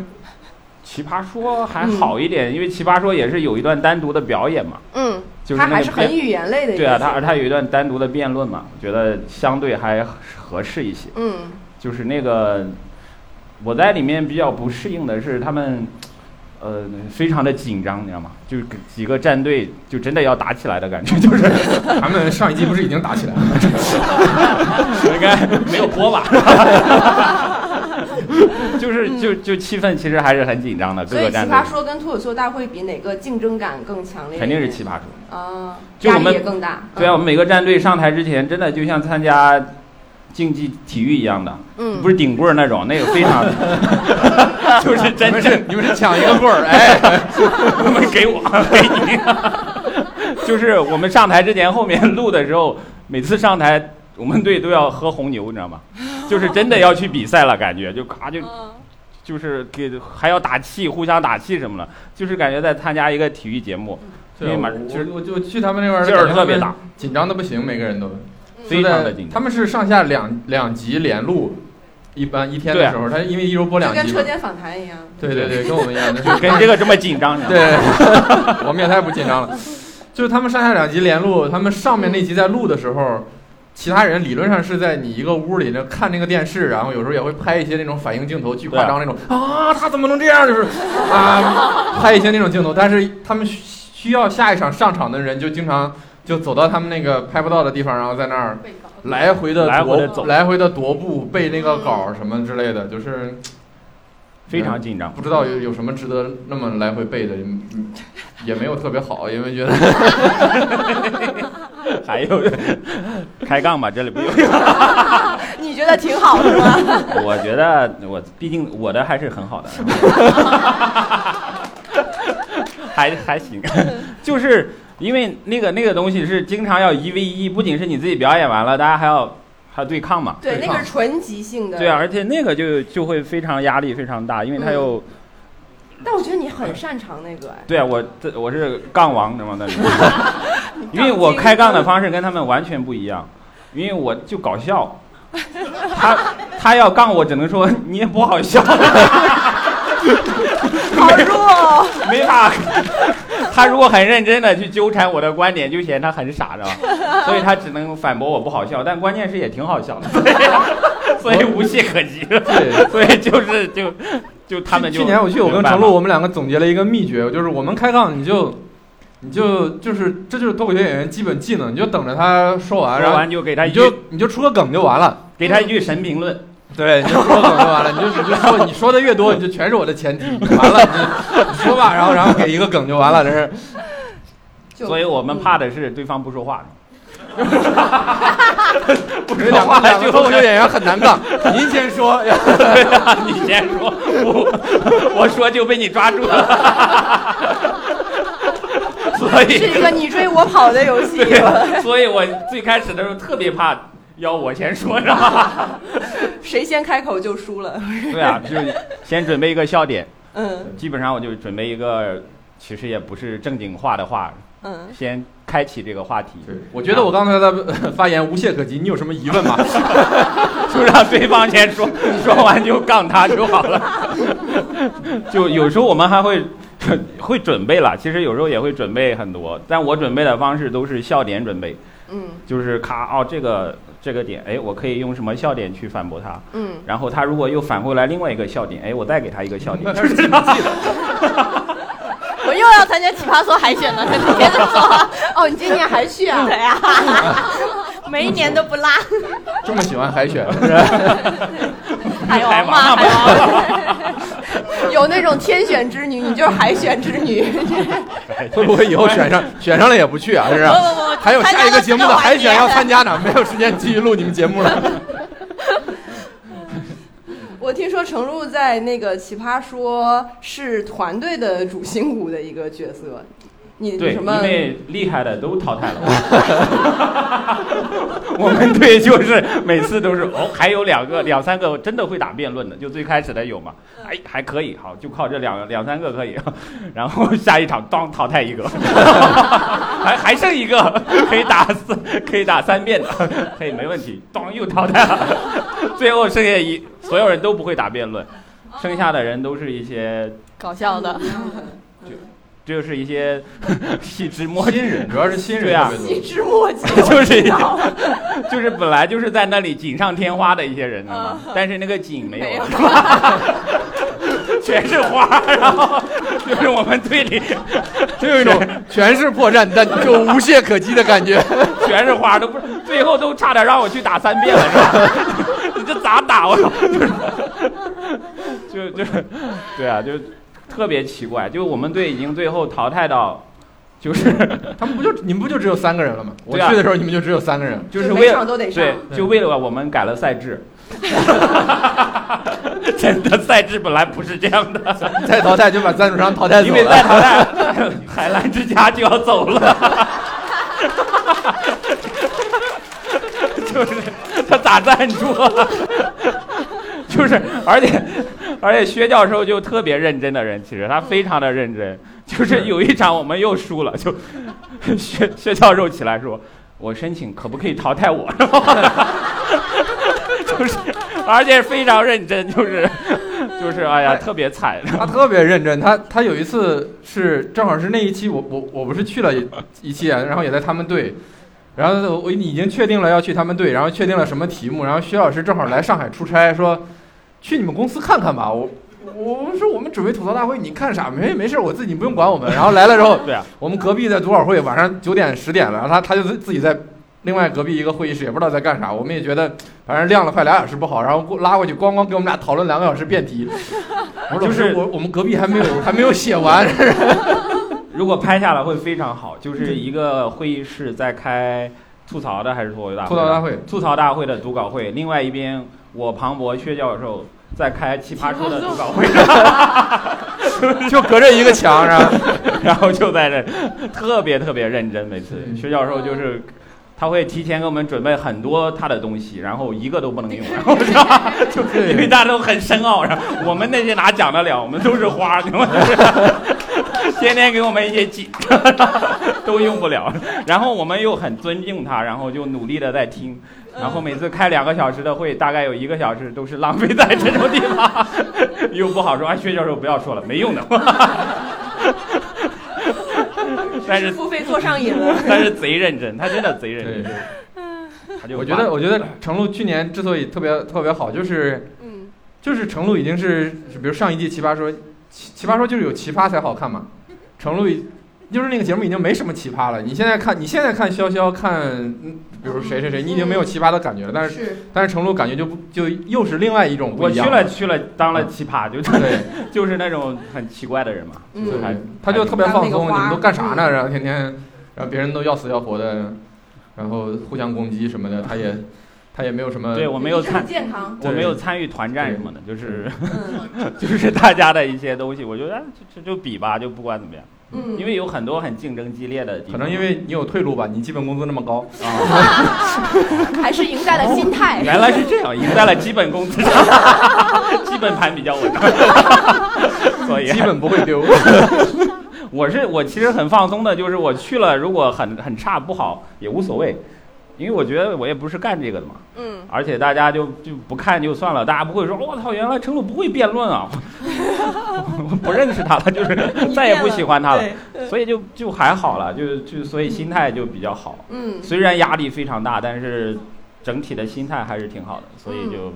D: 奇葩说还好一点，因为奇葩说也是有一段单独的表演嘛，
B: (laughs) 嗯，
D: 就是
B: 他
D: 那个
B: 还是很语言类的一
D: 对
B: 个节目。
D: 啊，他而他有一段单独的辩论嘛，我觉得相对还合适一些。
B: 嗯
D: 就是那个我在里面比较不适应的是他们，呃，非常的紧张，你知道吗？就是几个战队就真的要打起来的感觉， (laughs) 就是
E: 他们上一季不是已经打起来了？
D: 应该没有播吧？ (laughs) 就是就就气氛其实还是很紧张的，各
B: 所以
D: 个
B: 奇
D: 战队
B: 葩说跟脱口秀大会比哪个竞争感更强烈一点？
D: 肯定是奇葩说。
B: 啊，
D: 就
B: 压
D: 我
B: 力
D: 们
B: 也更大。
D: 对啊，我们每个战队上台之前，真的就像参加竞技体育一样的，
B: 嗯，
D: 不是顶棍儿那种，那个非 (laughs) 常， (laughs) 就是
E: 你
D: 真
E: 们
D: 正
E: 是你们是抢一个棍儿，哎，
D: 他们给我，给你。就是我们上台之前，后面录的时候，每次上台，我们队都要喝红牛，你知道吗？就是真的要去比赛了，感觉就咔就
B: 嗯
D: 就是给还要打气，互相打气什么的，就是感觉在参加一个体育节目，因为马上就是
E: 我我就去他们那边儿，
D: 劲儿特别大，
E: 紧张的不行，每个人都
D: 非常的紧
E: 他
D: 张。
E: 们是上下两两集连录，一般一天的
D: 啊
E: 时候，他因为一周播
B: 嗯就
E: 两
B: 跟
E: 集
B: 车
E: 嘛，
B: 间访谈一样。
E: 对对对，跟我们一样，的是
D: 跟这个这么紧张，你知道吗
E: 对， (laughs) 我们也太不紧张了。就是他们上下两集连录，他们上面那集在录的时候，其他人理论上是在你一个屋里那看那个电视，然后有时候也会拍一些那种反应镜头，巨夸张那种啊，他怎么能这样？就是啊，拍一些那种镜头。但是他们需需要下一场上场的人，就经常就走到他们那个拍不到的地方，然后在那儿来回的
D: 来回地
E: 踱
D: 走
E: 来回的踱步，背那个稿儿什么之类的，就是
D: 非常紧张。
E: 不知道有有什么值得那么来回背的，嗯嗯也没有特别好，因为觉得 (laughs)
D: 还有 (laughs) 开杠吧，这里不有。
B: 你觉得挺
D: (laughs)
B: 好是吗？
D: 我觉得我毕竟我的还是很好的，还还行， (laughs) 就是因为那个那个东西是经常要一 v 一，不仅是你自己表演完了，大家还要还要对抗嘛。
B: 对，
E: 对
B: 那个是纯即兴的。
D: 对啊，而且那个就就会非常压力非常大，因为他又、
B: 但我觉得你很擅长那个哎。
D: 对啊，我这我是杠王，你知道吗？那里，因为我开杠的方式跟他们完全不一样，因为我就搞笑，他他要杠我，只能说你也不好笑。
B: 好弱哦！
D: 没法。他如果很认真的去纠缠我的观点，就显得他很傻，知道
B: (laughs)
D: 吧？所以他只能反驳我不好笑，但关键是也挺好笑的，所以所以无懈可击了。
E: 对。
D: 所以就是就就他们就
E: 去年我去，我
D: 没有
E: 跟
D: 办
E: 程
D: 法
E: 璐，我们两个总结了一个秘诀，就是我们开杠你就你就就是这就是脱口秀演员基本技能，你就等着他说完，
D: 说
E: 然后
D: 完就给他一
E: 你
D: 句
E: 就你就出个梗就完了。
D: 给他一句神评论，
E: (laughs) 对，你就说总就完了，你就你就说你说的越多，你就全是我的前提，完了你就你说吧，然后然后给一个梗就完了，这是
B: 就嗯
D: 所以我们怕的是对方不说话。不
E: 这
D: 说
E: 两
D: 话
E: 个两个
D: 就
E: 脱口秀演员很难杠。您先说，呀
D: 对呀、你先说，我我说就被你抓住
B: (laughs)
D: 了，所
B: 是一
D: 以
B: 个你追我跑的游戏。
D: (laughs) 对，啊所以我最开始的时候特别怕要我先说，知道吧？
B: (laughs) 谁先开口就输了。
D: (laughs) 对啊，就先准备一个笑点，
B: 嗯
D: 基本上我就准备一个，其实也不是正经话的话，
B: 嗯，
D: 先开启这个话题，
E: 对我觉得我刚才的呃发言无懈可击，你有什么疑问吗？
D: 就让对方先说，说完就杠他就好了。 (laughs) 就有时候我们还会会准备了，其实有时候也会准备很多，但我准备的方式都是笑点准备，
B: 嗯
D: 就是咔哦这个这个点，哎，我可以用什么笑点去反驳他，
B: 嗯，
D: 然后他如果又反过来另外一个笑点，哎，我再给他一个笑点 (laughs)
E: 那，他是记不记得？
C: 我又要参加奇葩说海选了，你别再说了。哦，你今年还去啊？
D: 嗯
B: (laughs)
C: 对呀、每一年都不落。
E: 这么喜欢
D: (laughs)
E: 海选， (laughs)
C: 海
D: 海
C: 王嘛，
D: 王嘛
C: 海 (laughs) 王。
B: 有那种天选之女，你就是海选之女。
E: 会不会以后选上选上了也不去啊？是不是？
C: 不不
E: 还有下一个节目的海选要参加呢，没有时间继续录你们节目
D: (laughs)
E: 了。
B: 我听说程璐在那个《奇葩说》是团队的主心骨的一个角色，你
D: 对，
B: 什么
D: 因？为厉害的都淘汰了。 (laughs) 我们队就是每次都是哦，还有两个、两三个真的会打辩论的，就最开始的有嘛，哎，还可以，好，就靠这两两三个可以， (laughs) 然后下一场当淘汰一个， (laughs) 还还剩一个可以打四，可以打三遍的， (laughs) 可以没问题，当又淘汰了， (laughs) 最后剩下一所有人都不会打辩论，剩下的人都是一些
C: 搞笑的，
D: 就是一些 (laughs) 细枝末节
E: 新人主要是新
D: 对
E: 人
D: 啊，
E: 特别多
B: 细枝末节
D: 就是一 (laughs) 就是本来就是在那里锦上添花的一些人呢嘛，但是那个锦嗯没有了， (laughs) 全是花，然后就是我们队 (laughs) 里
E: 就有一种全是破绽，但就无懈可击的感觉。
D: 全是花，都不是，最后都差点让我去打三遍了，是吧？ (laughs) 你这咋打？我 (laughs) 操！就是就就是，对啊，就特别奇怪，就我们队已经最后淘汰到，就是
E: 他们不就你们不就只有三个人了吗？我
D: 对啊
E: 去的时候你们就只有三个人，
D: 就是
B: 就每
D: 为了
B: 场都得上
D: 对，就为了我们改了赛
B: (laughs)
D: 制。真的赛制本来不是这样的，
E: 再淘汰就把赞助商淘汰走
D: 因为再
E: 了。
D: 淘汰， (laughs) 海澜之家就要走了。就是他打赞助啊， (laughs) 就是而且而且薛教授就特别认真的人，其实他非常的认真。就是有一场我们又输了，就薛薛教授起来说：“我申请可不可以淘汰我？” (laughs) 就是而且非常认真，就是就是哎呀，
E: 哎
D: 特别惨。 (laughs)
E: 他特别认真，他他有一次是正好是那一期我我我不是去了一一期啊，然后也在他们队，然后我已经确定了要去他们队，然后确定了什么题目，然后薛老师正好来上海出差，说去你们公司看看吧，我。我我说我们准备吐槽大会，你看啥？没没事，我自己不用管我们。然后来了之后，
D: 对啊，
E: 我们隔壁在读稿会，晚上九点十点了，然后他他就自自己在另外隔壁一个会议室，也不知道在干啥。我们也觉得反正晾了快俩小时不好，然后过拉过去，咣咣给我们俩讨论两个小时
D: (laughs)
E: 辩题。我说
D: 就
E: 老
D: 是
E: 师，我我们隔壁还没有还没有写完， (laughs)
D: 如果拍下来会非常好，就是一个会议室在开吐槽的还是吐槽大会？
E: 吐槽大会，
D: 吐槽大会的读稿会，另外一边我庞博、薛教授在开 (laughs) 奇葩说的读稿会，
E: 就隔着一个墙，然后
D: 然后就在这特别特别认真，每次
E: 嗯
D: 薛教授 (laughs) 就是。他会提前给我们准备很多他的东西，然后一个都不能 (laughs) 用，然后就 (laughs) 因为大家都很深奥，然后我们那些哪讲得了？我们 (laughs) 都是花，对吗？天天给我们一些技， (laughs) 都用不了。然后我们又很尊敬他，然后就努力的在听。然后每次开两个小时的会，大概有一个小时都是浪费在这种地方，又不好说。哎，薛教授不要说了，没用的。但是
B: 付费做上瘾了。
D: 但是贼认真，他真的贼认
E: 对
D: 真。，他就
E: 我觉得我觉得程璐去年之所以特别特别好，就是
B: 嗯
E: 就是程璐已经是，比如上一季奇葩说，奇奇葩说就是有奇葩才好看嘛。程璐就是那个节目已经没什么奇葩了。你现在看，你现在看潇潇看，嗯比如谁谁谁，你已经没有奇葩的感觉了。但是
B: 是
E: 但是程璐感觉就不就又是另外一种不
D: 我
E: 一
D: 去
E: 样。
D: 了去了，当了奇葩，就
E: 对，
D: 就是那种很奇怪的人嘛，
B: 嗯
D: 就是还
E: 对，他就特别放松，
B: 还有那个
E: 你
B: 花
E: 们都干啥呢？然后天天，然后别人都要死要活的，然后互相攻击什么的，他也他也没有什么
D: 对我没有参
B: 很健康，
D: 我
E: 嗯对
D: 没有参与团战什么的，就是
B: 嗯
D: (laughs) 就是大家的一些东西，我觉得哎就就就比吧，就不管怎么样，
B: 嗯，
D: 因为有很多很竞争激烈的地
E: 可
D: 方，哦
E: 能因为你有退路吧，你基本工资那么
D: (laughs)
E: 高，
C: (laughs) 还是赢在了心态。
D: 原来是这样，赢在了基本工
B: (laughs)
D: 资上，基本盘比较稳，所以啊
E: 基本不会
D: (laughs)
E: 丢。
D: 我是我其实很放松的，就是我去了，如果很很差不好也无所谓，因为我觉得我也不是干这个的嘛，
B: 嗯，
D: 而且大家就就不看就算了，大家不会说我操，原来程璐不会辩论啊， (laughs) 我不认识他了，
B: (laughs)
D: 就是再也不喜欢他了，
B: 对，
D: (laughs) 所以就就还好了，就就所以心态就比较好，
B: 嗯
D: 虽然压力非常大，但是整体的心态还是挺好的，所
B: 嗯
D: 以就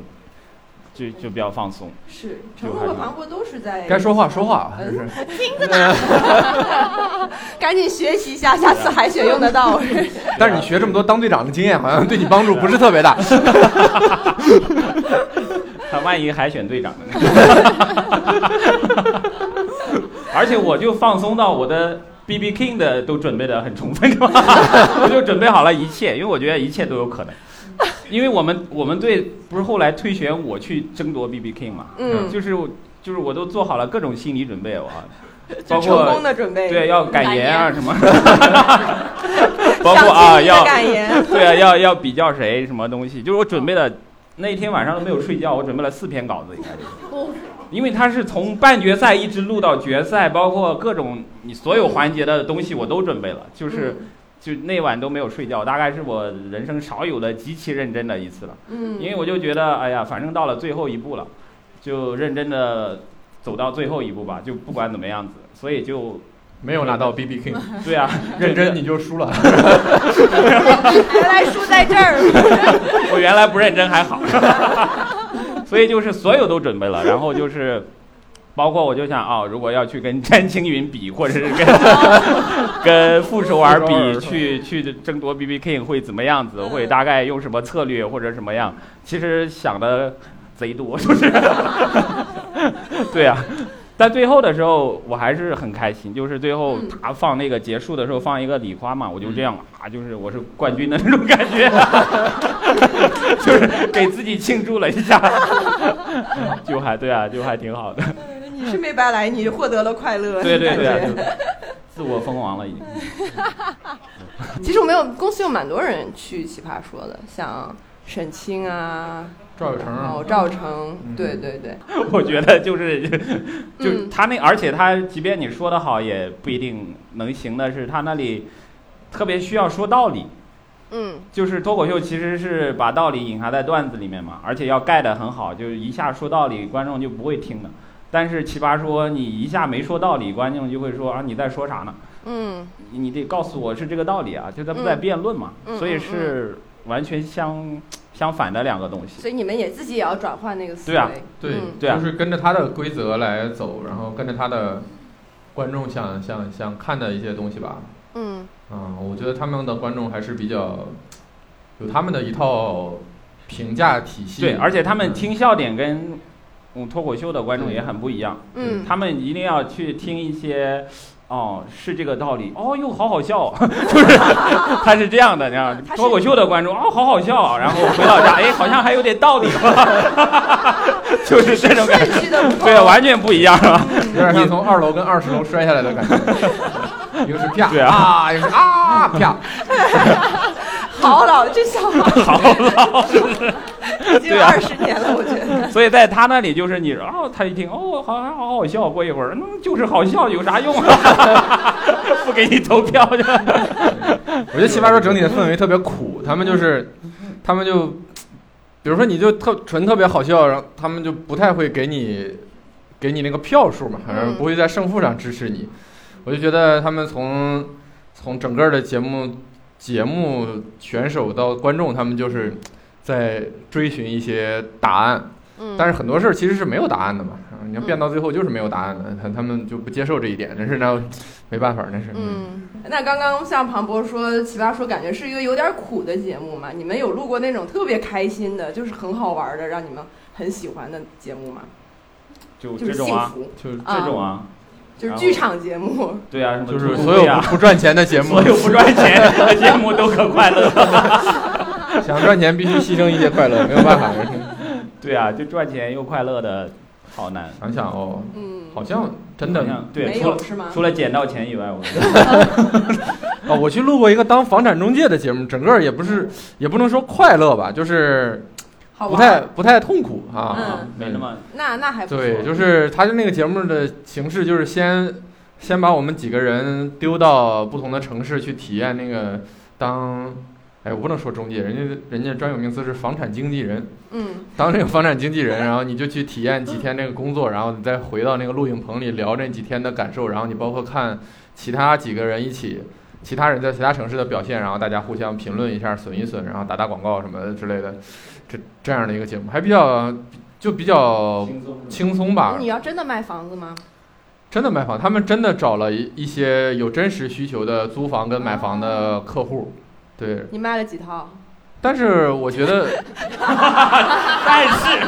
D: 就就比较放松。
B: 是，程璐和庞博都是在
E: 该说话说话，啊还
D: (laughs)
E: 是
B: 赶紧学习一下，下次海选用得
D: (laughs)
B: 到。
E: 但是你学这么多当队长的经验，好像对你帮助不是特别大。
D: 啊他万一海选队长呢？ (laughs) 而且我就放松到我的 B B King 的都准备的很充分，我就准备好了一切，因为我觉得一切都有可能。因为我们我们队不是后来推选我去争夺 B B King 嘛，
B: 嗯，
D: 就是我就是我都做好了各种心理准备，我包
B: 就成
D: 括
B: 功的准备，
D: 对，要
C: 感
D: 感言啊
C: 言
B: (laughs)
D: 什么，包括啊
B: 上进力的
D: 要
B: 感
D: (laughs)
B: 言，
D: 对啊，要要比较谁什么东西，就是我准备了，那一天晚上都没有睡觉，我准备了四篇稿子，应该就是，因为他是从半决赛一直录到决赛，包括各种你所有环节的东西我都准备了，就是就那晚都没有睡觉，大概是我人生少有的极其认真的一次了，
B: 嗯，
D: 因为我就觉得哎呀，反正到了最后一步了，就认真的走到最后一步吧，就不管怎么样子，所以就
E: (laughs) 没有拿到 B B
D: (laughs)
E: King，
D: 对啊，
E: 认真你就输了。
B: 原来输在这儿，
D: 我原来不认真还好， (laughs) 所以就是所有都准备了，然后就是包括我就想啊、如果要去跟詹青云比，或者是
E: (laughs)
D: 跟跟傅首尔
E: 傅首尔嗯
D: 比，去去争夺 B B King 会怎么样子？会大概用什么策略或者什么样？其实想的贼多，就是 (laughs) 对啊。但最后的时候，我还是很开心，就是最后
B: 嗯
D: 他放那个结束的时候放一个礼花嘛，我
E: 嗯
D: 就这样啊，就是我是冠军的那种感觉， (laughs) 就是给自己庆祝了一下， (laughs) 就还对啊，就还挺好的。
B: 你是没白来，你获得了快乐，
D: 对对对啊、
B: 感觉
D: 就自我封王了已经。 (laughs)
B: 其实我们有公司有蛮多人去奇葩说的，像沈清啊，
E: 赵有成
B: 然
E: 啊
D: 哦
B: 后，赵成，
E: 嗯
B: 对对对，
D: 我觉得就是，就
B: 嗯
D: 他那，而且他即便你说的好，也不一定能行的是，他那里特别需要说道理。
B: 嗯
D: 就是脱口秀其实是把道理隐含在段子里面嘛，而且要盖得很好，就是一下说道理，观众就不会听的。但是奇葩说你一下没说道理，观众就会说啊你在说啥呢？
B: 嗯
D: 你你得告诉我是这个道理啊，就咱们在
B: 嗯
D: 辩论嘛，
B: 嗯
D: 所以
B: 嗯
D: 是完全相相反的两个东西。
B: 所以你们也自己也要转换那个思维，
D: 对啊
E: 对
B: 嗯
D: 对啊
E: 就是跟着他的规则来走，然后跟着他的观众想想想看的一些东西吧。
B: 嗯
E: 嗯，我觉得他们的观众还是比较有他们的一套评价体系。
D: 对，而且他们
E: 嗯
D: 听笑点跟嗯脱口秀的观众也很不一样，
B: 嗯，
D: 他们一定要去听一些。哦，是这个道理。哦哟，好好笑， (laughs) 就是他是这样的，你知道吗
C: 他是
D: 脱口秀的观众哦，好好笑，然后回到家，哎，好像还有点道理，啊 (laughs) 就是这种感觉，
B: 顺序的不够
D: 对，完全不一样，啊是吧？
E: 有点像从二楼跟二十楼摔下来的感觉，一个是啪
D: 对啊
E: 啊，一个是啊啪，
B: 好老，这小孩
D: (laughs) (laughs) 好老实。
B: (laughs) 已经
D: 对啊
B: 二十年了，我觉得，
D: (laughs) 所以在他那里就是你，哦，他一听，哦，好像好好笑，过一会儿，嗯，就是好笑，有啥用啊？ (laughs) 不给你投票去。
E: 我觉得奇葩说整体的氛围特别苦，他们就是，他们就，比如说你就特纯特别好笑，然后他们就不太会给你，给你那个票数嘛，
B: 嗯
E: 然后不会在胜负上支持你。我就觉得他们从从整个的节目节目选手到观众，他们就是在追寻一些答案，
B: 嗯，
E: 但是很多事儿其实是没有答案的嘛，啊你要变到最后就是没有答案的，他他们就不接受这一点，但是呢， (laughs) 没办法，那是。
B: 嗯，那刚刚像庞博说《奇葩说》，感觉是一个有点苦的节目嘛？你们有录过那种特别开心的，就是很好玩的，让你们很喜欢的节目吗？
D: (laughs) 就
B: 就
D: 这
B: 是
D: 种
B: 幸
D: 啊，
B: 福，
E: 就是
B: 啊
D: 这种啊，
B: 就是剧场节目。
D: 对啊，什么
E: 就是
D: 徒
E: 所
D: 弟
E: 有
D: 啊
E: 不赚钱的节目
D: 所，有不赚钱的节目都可快乐。
E: (laughs) 想赚钱必须牺牲一些快
D: (laughs)
E: 乐，没有办法。
D: 对啊，就赚钱又快乐的，好难。
E: 想想哦，
B: 嗯，
E: 好像真的
D: 好像对，
B: 没
D: 除
B: 有
D: 了
B: 是吗？
D: 除了捡到钱以外，我
E: 哦，我去录过一个当房产中介的节目，整个也不是，也不能说快乐吧，就是
B: 好
E: 不
B: 玩
E: 太不太痛苦啊
B: 嗯，
D: 没那么
B: 那那还不错。
E: 对，就是他的那个节目的形式，就是先先把我们几个人丢到不同的城市去体验那个当，哎，我不能说中介，人家人家专有名词是房产经纪人，
B: 嗯
E: 当这个房产经纪人，然后你就去体验几天这个工作，然后你再回到那个录影棚里聊这几天的感受，然后你包括看其他几个人一起。其他人在其他城市的表现，然后大家互相评论一下，损一损，然后打打广告什么之类的，这这样的一个节目还比较就比较
D: 轻松。
E: 轻松吧。
B: 哎你要真的卖房子吗？
E: 真的卖房，他们真的找了一一些有真实需求的租房跟买房的客户，对。
B: 你卖了几套？
E: 但是我觉得，
D: 但是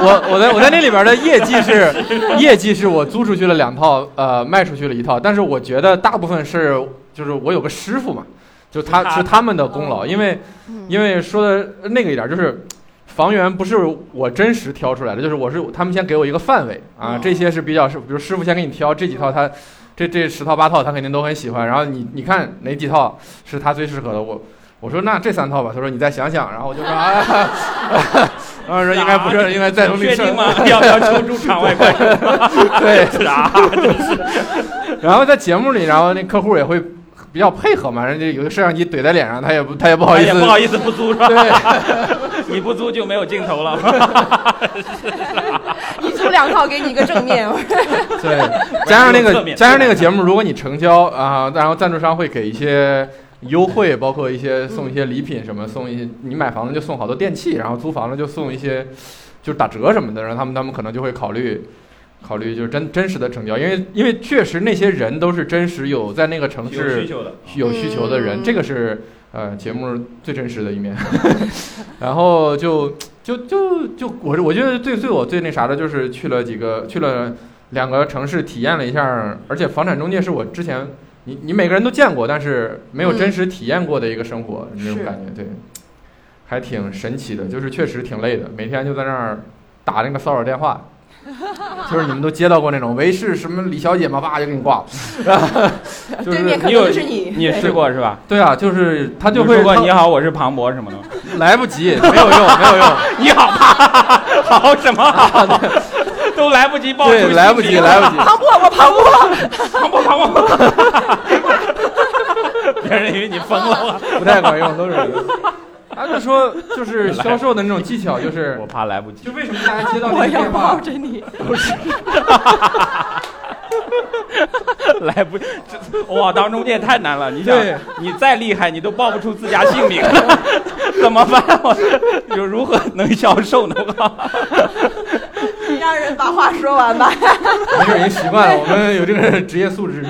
E: 我我在我在那里边的业绩是， (laughs) 业绩是我租出去了两套，呃，卖出去了一套。但是我觉得大部分是就是我有个师傅嘛，就他是他们的功劳，因为
B: 嗯
D: 嗯
E: 因为说的那个一点就是。房源不是我真实挑出来的，就是我是他们先给我一个范围
D: 哦
E: 啊，
B: 嗯
E: 这些是比较是，比如师傅先给你挑这几套他，这这十套八套他肯定都很喜欢，然后你你看哪几套是他最适合的，我我说那这三套吧，他说你再想想，然后我就说啊， (laughs) 然后说应该不是，应该再从
D: 你
E: 绿
D: 啊确
E: 色
D: 定吗？
E: (laughs)
D: 要不要求助场外观众？
E: 对，
D: 啥？
E: 然后在节目里，然后那客户也会比较配合嘛，人家有个摄像机怼在脸上，他也不 (laughs) 他也不好
D: 哎
E: 意
D: 呀
E: 思，
D: 不好意思，不租是吧？
E: 对。
D: (laughs) 你不租就没有镜头了。
B: 一租两套给你一个正面。
E: 对，加上那
D: 侧
E: 个
D: 面嗯
E: 加上那个节目，如果你成交啊，然后赞助商会给一些优惠，包括一些送一些礼品什么，送一些你买房子就送好多电器，然后租房子就送一些就是打折什么的，然后他们他们可能就会考虑。考虑就是真真实的成交，因为因为确实那些人都是真实有在那个城
D: 有需
E: 市
D: 求的，
E: 有需求的人，
B: 嗯
E: 这个是呃节目最真实的一面。 (laughs) 然后就就就就我是我觉得最最我最那啥的就是去了几个去了两个城市体验了一下，而且房产中介是我之前你你每个人都见过，但是没有
B: 嗯
E: 真实体验过的一个生活，那
B: 是
E: 种感觉对，还挺神奇的，就是确实挺累的，每天就在那儿打那个骚扰电话。就是你们都接到过那种喂是什么李小姐吗？哇就给你挂了，就
B: 啊对
E: 是
B: 面可能就是你。
D: 你试过是吧？
E: 对啊，就是他就
D: 你
E: 会
D: 说过
E: 他
D: 你好，我是庞博什么
E: (laughs)
D: 的。
E: 来不及，没有用，没有 (laughs) 用，
D: 你好，庞好什么好？ (laughs) 都来不及报出
E: 啊对，来不及，来不及。
B: 庞博，我庞博，
D: 庞博，庞博。
E: (laughs)
D: 别人以为你疯了，
E: 不太管用，都是一个。他就说，就是销售的那种技巧，就是
D: 我怕来不及
E: 就。为什么大家接到那个电话，
B: 着你。
D: 来不，这哇，当中介太难了。你想
E: 对，
D: 你再厉害，你都报不出自家姓名，怎么办？我就如何能销售呢？ (laughs)
B: 让人把话说完吧，
E: 没事，人习惯了，我们有这个职业素质。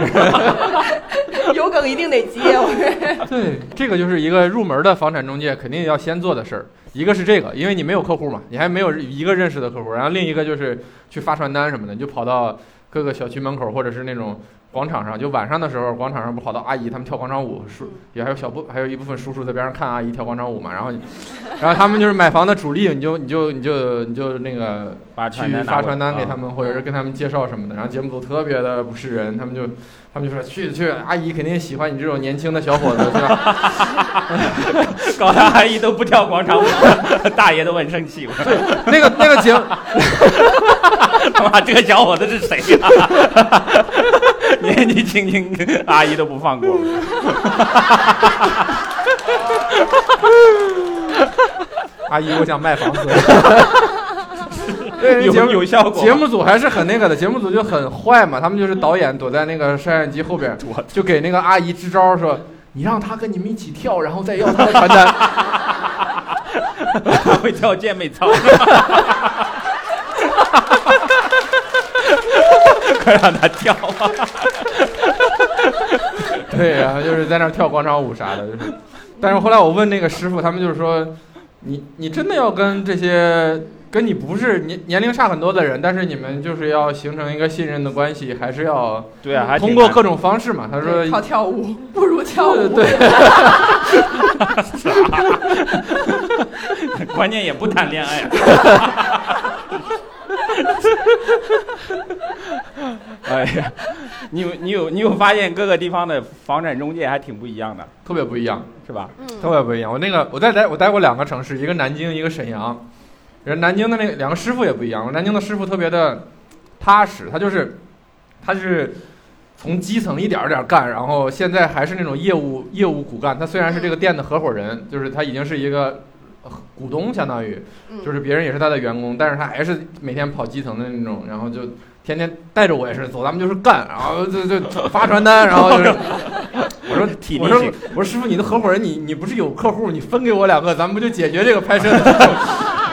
B: 有梗一定得接。我说
E: (laughs) 对，这个就是一个入门的房产中介肯定要先做的事儿。一个是这个，因为你没有客户嘛，你还没有一个认识的客户，然后另一个就是去发传单什么的，你就跑到各个小区门口或者是那种广场上，就晚上的时候，广场上不好多阿姨她们跳广场舞，叔也还有小部还有一部分叔叔在边上看阿姨跳广场舞嘛，然后你然后他们就是买房的主力，你就你就你就你就那个
D: 把
E: 去发传单给他
D: 啊
E: 们，或者是跟他们介绍什么的。然后节目组特别的不是人，他们就他们就说去去，阿姨肯定喜欢你这种年轻的小伙子，是吧？ (laughs)
D: 搞得阿姨都不跳广场舞， (laughs) 大爷都很生气。我
E: 那个那个节目，
D: 他 (laughs) 妈这个小伙子是谁呀、 (laughs) 年纪轻轻，阿姨都不放过。 (laughs)
E: 阿姨，我想卖房子。 (laughs)
D: 有
E: 节目
D: 有效果吗
E: 节目组还是很那个的，节目组就很坏嘛，他们就是导演躲在那个摄像机后边，就给那个阿姨支招说，你让她跟你们一起跳，然后再要她的传单。
D: 会跳健美操， (laughs) 快让他跳吧。
E: 对呀、就是在那儿跳广场舞啥的。就是，但是后来我问那个师傅，他们就是说，你你真的要跟这些跟你不是年年龄差很多的人，但是你们就是要形成一个信任的关系，还是要
D: 对啊，还挺
E: 通过
D: 难
E: 各种方式嘛。他说，
B: 靠跳舞不如跳
E: 对
B: 舞。
E: 对，
D: 关键也不谈恋爱啊。 (laughs) 哎呀，你有你有你有发现各个地方的房产中介还挺不一样的，
E: 特别不一样，
D: 是吧？
E: 嗯特别不一样。我那个我在待我待过两个城市，一个南京，一个沈阳。人南京的那个两个师傅也不一样，我南京的师傅特别的踏实，他就是他是从基层一点儿点儿干，然后现在还是那种业务业务骨干。他虽然是这个店的合伙人，就是他已经是一个呃股东，相当于
B: 嗯
E: 就是别人也是他的员工，但是他还是每天跑基层的那种，然后就天天带着我也是走，咱们就是干，然后就就发传单，然后
D: (laughs)
E: 就是我说
D: 体力
E: 我说
D: 行
E: 我说师傅，你的合伙人你你不是有客户，你分给我两个，咱们不就解决这个拍摄的 (laughs) 事情吗？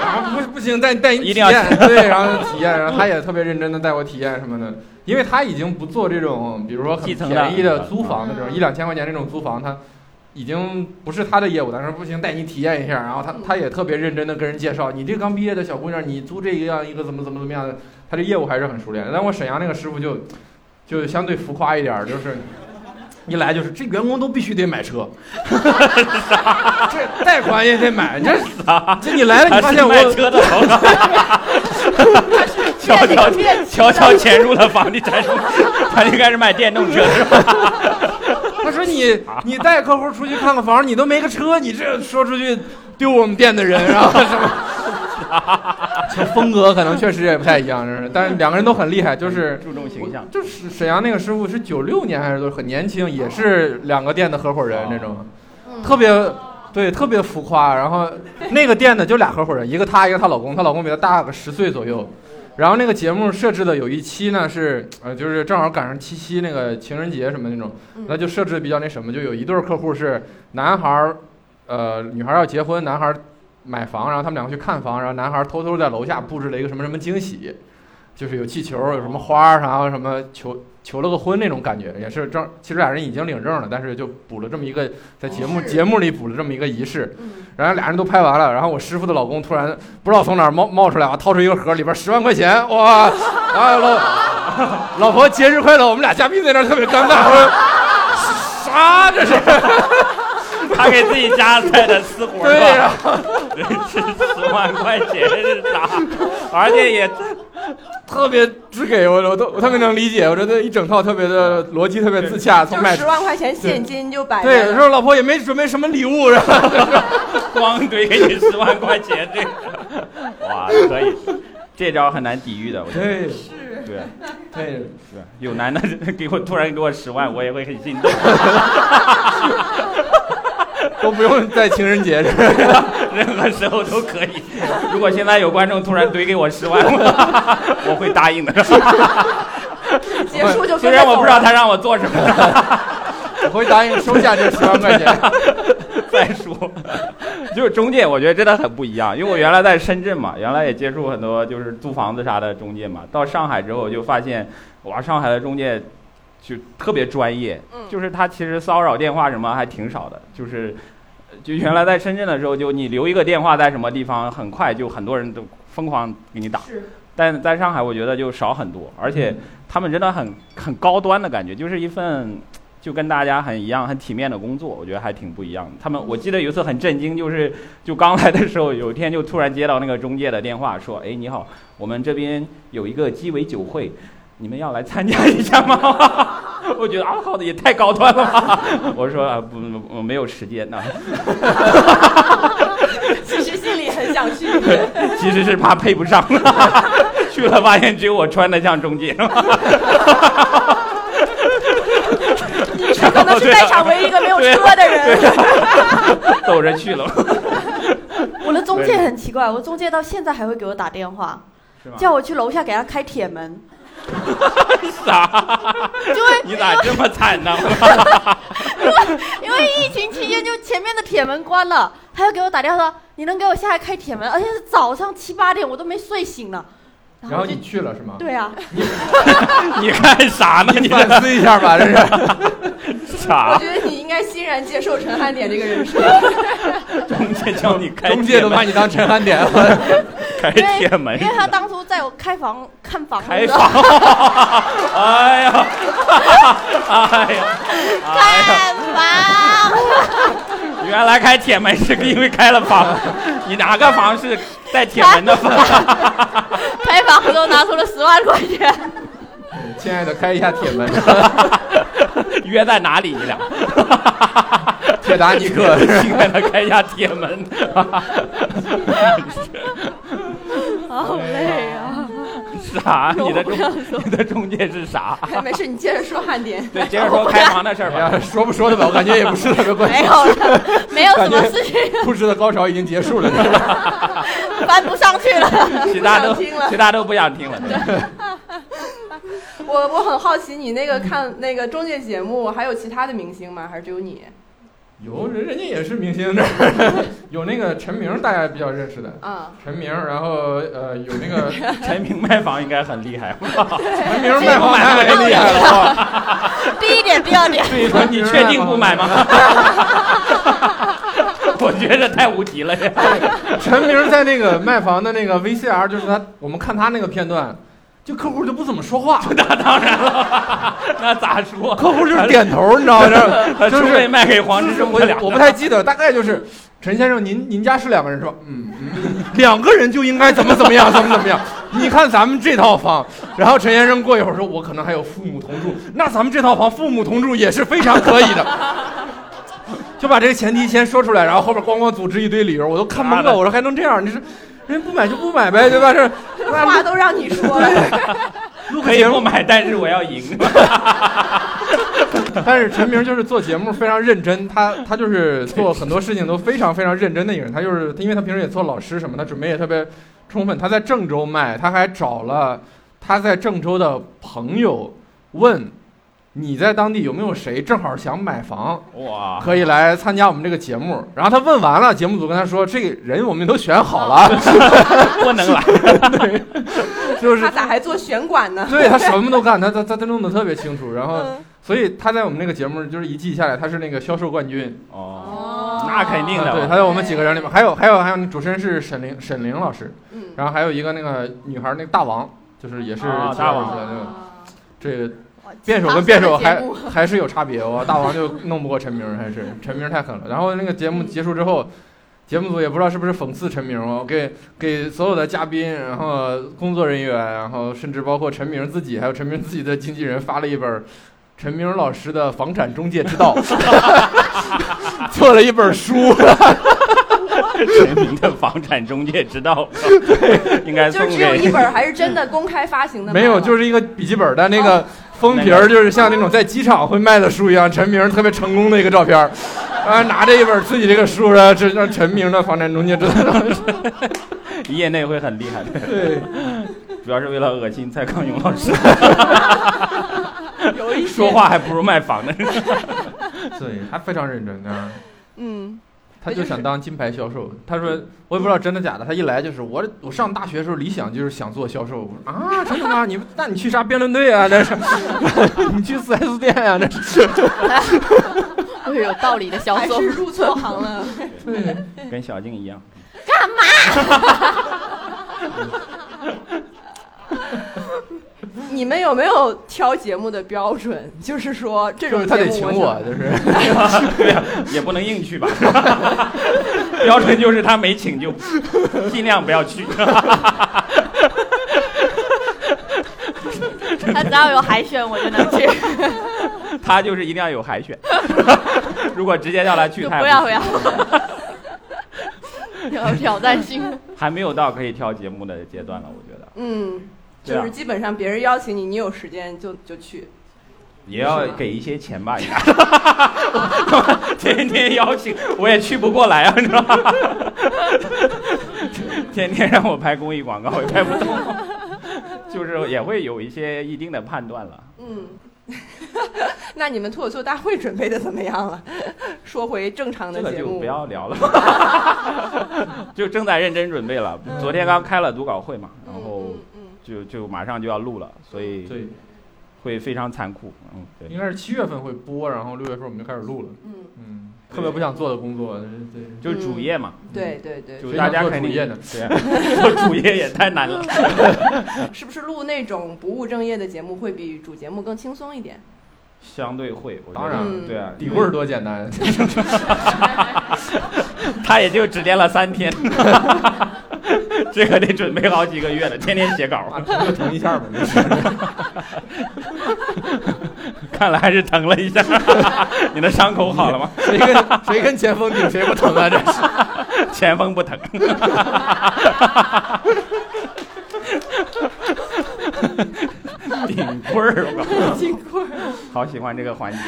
E: 然后不不行，带带你
D: 一
E: 体
D: 定要
E: (laughs) 验，对，然后体验，然后他也特别认真的带我体验什么的，因为他已经不做这种，比如说很
D: 基层的
E: 便宜的租房的这种一两千块钱这种租房，他已经不是他的业务，但是不行，带你体验一下，然后他他也特别认真的跟人介绍，你这刚毕业的小姑娘，你租这个样一个怎么怎么怎么样的，他这业务还是很熟练的。但我沈阳那个师傅就就相对浮 (laughs) 夸一点儿，就是。一来就是这员工都必须得买 (laughs) 车，这贷款也得买， (laughs) 这这你来了，
D: 他
E: 哎你发
D: 是
E: 现我
D: 卖车的头脑，悄悄悄悄潜入了房地产市场，他就开始买电动车，是吧？
E: 他说你你带客户出去看个房，你都没个车，你这说出去丢我们店的人，然后什么？就风格可能确实也不太一样，就是，但是两个人都很厉害，就是
D: 注重形象。
E: 就是沈阳那个师傅是九六年还是多很年轻，也是两个店的合伙人那种，特别对特别浮夸。然后那个店的就俩合伙人，一个她一个她老公，她老公比她大个十岁左右。然后那个节目设置的有一期呢是呃就是正好赶上七夕那个情人节什么那种，那就设置得比较那什么，就有一对儿客户是男孩儿，呃女孩儿要结婚，男孩儿买房，然后他们两个去看房，然后男孩儿偷偷在楼下布置了一个什么什么惊喜。就是有气球，有什么花儿，然后什么求求了个婚那种感觉，也是正。其实俩人已经领证了，但是就补了这么一个在节目
B: 仪式嗯
E: 节目里补了这么一个仪式，然后俩人都拍完了，然后我师傅的老公突然不知道从哪儿冒冒出来啊，掏出一个盒，里边十万块钱，哇！啊老老婆节日快乐，我们俩嘉宾在那儿特别尴尬，我说啥这是？
D: (laughs) 他给自己家带的私活
E: 对啊
D: 是
E: 呀、
D: 吧？是十万块钱是啥？而且也
E: 特别只给我，我都我特别能理解，我觉得一整套特别的逻辑特别自洽，从
B: 就
E: 买
B: 十万块钱现金就摆
E: 对，
B: 在
E: 有时
B: 那儿
E: 候老婆也没准备什么礼物，然后。
D: 光怼给你十万块钱，
E: (laughs)
D: 这个哇可以，这招很难抵御的，我觉得
E: 对
D: 对。
E: 对，
D: 对，有男的给我突然给我十万，我也会很心动。
E: 都不用在情人节这儿。
D: (laughs) 任何时候都可以。如果现在有观众突然怼给我十万，我 (laughs) 我会答应的。
B: 结束就
D: 虽
B: 跟
D: 然
B: 着
D: 我
B: 走
D: 不知道
B: 了。
D: 他让我做什么，
E: 我会答应收下这十万块钱。
D: (laughs) 再说，就是中介，我觉得真的很不一样。因为我原来在深圳嘛，原来也接触很多就是租房子啥的中介嘛。到上海之后就发现，哇，上海的中介就特别专业，
B: 嗯
D: 就是他其实骚扰电话什么还挺少的，就是。就原来在深圳的时候，就你留一个电话在什么地方，很快就很多人都疯狂给你打。
B: 是嗯
D: 但在上海，我觉得就少很多，而且他们真的很很高端的感觉，就是一份就跟大家很一样、很体面的工作，我觉得还挺不一样的。他们我记得有一次很震惊，就是就刚来的时候，有一天就突然接到那个中介的电话，说：“哎，你好，我们这边有一个鸡尾酒会，你们要来参加一下吗？” (laughs) 我觉得啊，靠的也太高端了吧！我说啊，不，不我没有时间呢、
B: 其实心里很想
D: (laughs)
B: 去，
D: 其实是怕配不上，去了发现只有我穿的像中介。
B: 这可能是在场唯一一个没有车的人。
D: 走着去了，
C: (laughs) 我的中介很奇怪，我中介到现在还会给我打电话
D: 是吗，
C: 叫我去楼下给他开铁门，
D: 啥？
C: 就会
D: 你咋这么惨呢？
C: 因为疫情期间就前面的铁门关了，他又给我打电话说：“你能给我下来开铁门，而且是早上七八点，我都没睡醒呢。
E: 然后
C: 就
E: 你去了是吗？
C: 对啊，
D: 你看啥呢？你
E: 反思一下 (laughs) 吧，这是。
B: 我
D: 啥？
B: 觉得你应该欣然接受陈汉典这个人设。
D: 中介叫你开
E: 中介
D: 铁门
E: 都把你当陈汉典了，
D: (laughs) 开
C: 因为
D: 铁门
C: 因为他当初在我开房看房
D: 开
C: 的时候，
D: 房，哎呀，哎呀，哎呀，
C: 看房，
D: 原来开铁门是因为开了房，你哪个房是带铁门的房？
C: (laughs) 开房的时候拿出了十万块钱，
E: 亲爱的，开一下铁门，
D: 约在哪里？你俩？
E: 铁达
D: (laughs)
E: 尼克是吧
D: 亲爱的，开一下铁门。
C: 好累啊！
D: (laughs) 啥？你的中你的中介是
C: (laughs)
D: 啥？
B: 没事，你接着说汉典。
D: 对，接着说开房的事儿
E: 哎
D: 吧
E: 呀，。说不说的吧，我感觉也不是特别关
C: 没
E: 系。
C: 有了，没有什么事情，
E: 故事的高潮已经结束了，是吧
C: 翻不上去了。
D: 其他都
B: 不想听了
D: 其他都不想听了。
B: 我我很好奇，你那个看那个中介节目，还有其他的明星吗？还是只有你？
E: 有人人家也是明星，这有那个陈明，大家比较认识的
B: 啊、
E: 陈明，然后呃有那个
D: 陈明卖房应该很厉害吧？
E: 陈明卖房卖的
D: 太
E: 太厉
D: 厉害
E: 害了，
D: 了！
C: 第一点，第二点，
E: 对
D: 你确定
B: (laughs)
D: 不买？吗？我觉着太无敌了呀！
E: 陈明在那个卖房的那个 VCR，就是他，我们看他那个片段，就客户就不怎么说话，
D: 那当然了，那咋说？
E: 客户就是点头，你知道吗？
D: 他
E: 这就
D: 除非
E: 是
D: 卖给黄志
E: 是
D: 忠
E: 我
D: 他俩，
E: 我不太记得，大概就是陈先生，您您家是两个人是吧？嗯，嗯 (laughs) 两个人就应该怎么怎么样，怎么怎么样。你看咱们这套房，然后陈先生过一会儿说，我可能还有父母同住，那咱们这套房父母同住也是非常可以的。就把这个前提先说出来，然后后边咣咣组织一堆理由，我都看懵
D: 妈的
E: 了。我说还能这样？你是人不买就不买呗，对吧？这
B: 话都让你说了，
E: 录个
D: 可以
E: 节目
D: 不买，但是我要赢。
E: (laughs) 但是陈明就是做节目非常认真，他他就是做很多事情都非常非常认真的一个人。他就是因为他平时也做老师什么，他准备也特别充分。他在郑州卖，他还找了他在郑州的朋友问。你在当地有没有谁正好想买房，
D: 哇，
E: 可以来参加我们这个节目？然后他问完了，节目组跟他说，这个人我们都选好了，
D: 不能
E: (laughs)
D: 来。
E: 就是
B: (laughs) 他咋还做选管呢？
E: 对他什么都干，他他他他弄得特别清楚。然后，所以他在我们那个节目就是一季下来，他是那个销售冠军，
D: 哦，
B: 哦
D: 那肯定
E: 啊对，
D: 的
E: 他
D: 吧。
E: 在我们几个人里面，还有还有还有，主持人是沈凌沈凌老师，
B: 嗯，
E: 然后还有一个那个女孩儿，那个大王，就是也是
D: 啊
E: 介
D: 大
E: 绍
D: 王
E: 出来的。
B: 啊
E: 这个辩手跟辩手还还是有差别，哇，大王就弄不过陈明儿，还是陈明儿太狠了。然后那个节目结束之后。节目组也不知道是不是讽刺陈明儿，我给给所有的嘉宾，然后工作人员，然后甚至包括陈明儿自己，还有陈明儿自己的经纪人发了一本儿陈明儿老师的房产中介
D: (laughs)
E: 之道，做了一本书，
D: 人民的房产中介之道，应该
B: 就
D: 送
B: 只有一
D: 给
B: 本还是真的公开发行的吗？
E: 没有，就是一个笔记本的那个封皮儿，就是像那种在机场会卖的书一样，陈明特别成功的一个照片儿。啊，拿着一本自己这个书啊，这让陈明的房产中介知道。
D: (laughs) 业内会很厉害的，
E: 对，
D: 主要是为了恶心蔡康永
C: (laughs)
D: 老师，
B: 有一些
D: 说话还不如卖房
C: (laughs)
D: 呢。
E: 对，他非常认真啊，
B: 嗯，
E: 他就想当金牌销售。他说，我也不知道真的假的，他一来就是我，我上大学的时候理想就是想做销售。我说啊，真的 (laughs) 吗？你那你去啥辩论队啊？那是， (laughs) 你去四 S 店啊？那 (laughs) 是。
C: 会有道理的销
B: 还
C: 售
B: 是。入错行了。
E: 对，
D: 跟小静一样， (laughs)
B: 你们有没有挑节目的标准？ (laughs) 就是说这
E: 就
B: 种
E: 是他得
B: 节
E: 请
B: 目
E: 我，
B: 想
E: 就是。
D: 也不能硬去吧。 (laughs) 标准就是他没请就 (laughs) 尽量不要去。 (laughs)
C: 他只要有海选，我就能
D: (laughs)
C: 去，
D: 他就是一定要有海选。 (laughs) 如果直接叫他去，
C: 就
D: 他也
C: 不要
D: 去
C: 不要， (laughs) 有挑战性。
D: 还没有到可以挑节目的阶段了，我觉得
B: 嗯，
D: 对啊
B: 就是基本上别人邀请你，你有时间就就去。 (laughs)
D: 也要给一些钱吧，应该。 (laughs) 天天邀请我也去不过来啊，你知道吗？ (laughs) 天天让我拍公益广告，我也拍不动。
B: (laughs)
D: 就是也会有一些一定的判断了，
B: 嗯，那你们脱口秀大会准备的怎么样了？ (laughs) 说回正常
D: 这
B: 的
D: 个
B: 节
D: 就
B: 目嗯
D: 不。要聊了， (laughs) 就正在认真准备了。昨天刚开了读稿会嘛，然后
B: 嗯嗯
D: 就就马上就要录了，所以
E: (laughs) 对，
D: 会非常残酷。嗯，对
E: 应，该是七月份会播，然后六月份我们就开始录了。
B: 嗯
E: 嗯，
D: 对
E: 特别不想做的工作，对，
D: 就是主业嘛，
B: 嗯，对对对，
D: 就
E: 谁
D: 大
E: 想
D: 家
E: 做
D: 肯
E: 主
D: 定
E: 业呢
D: 对， (laughs) 做主业也太难了。
B: 是不是录那种不务正业的节目会比主节目更轻松一
D: (laughs)
B: 点？
D: 相对会，我觉得
E: 当然
B: 了
D: 对啊，
E: 底棍儿多简 (laughs) 单，
D: 他也就只练了三 (laughs) 天，这个得准备好几个月了，天天写稿
E: 啊，，疼就 (laughs) 疼一下吧，没事。
D: 看来还是疼了一下。 (laughs) 你的伤口好了吗？
E: 谁 (laughs) 跟谁跟前锋顶谁不疼啊？这是
D: (laughs) 前锋不
E: (laughs)
D: 疼。顶棍儿，我靠！
B: 金棍儿，
D: 好喜欢这个环
E: (laughs)
D: 节，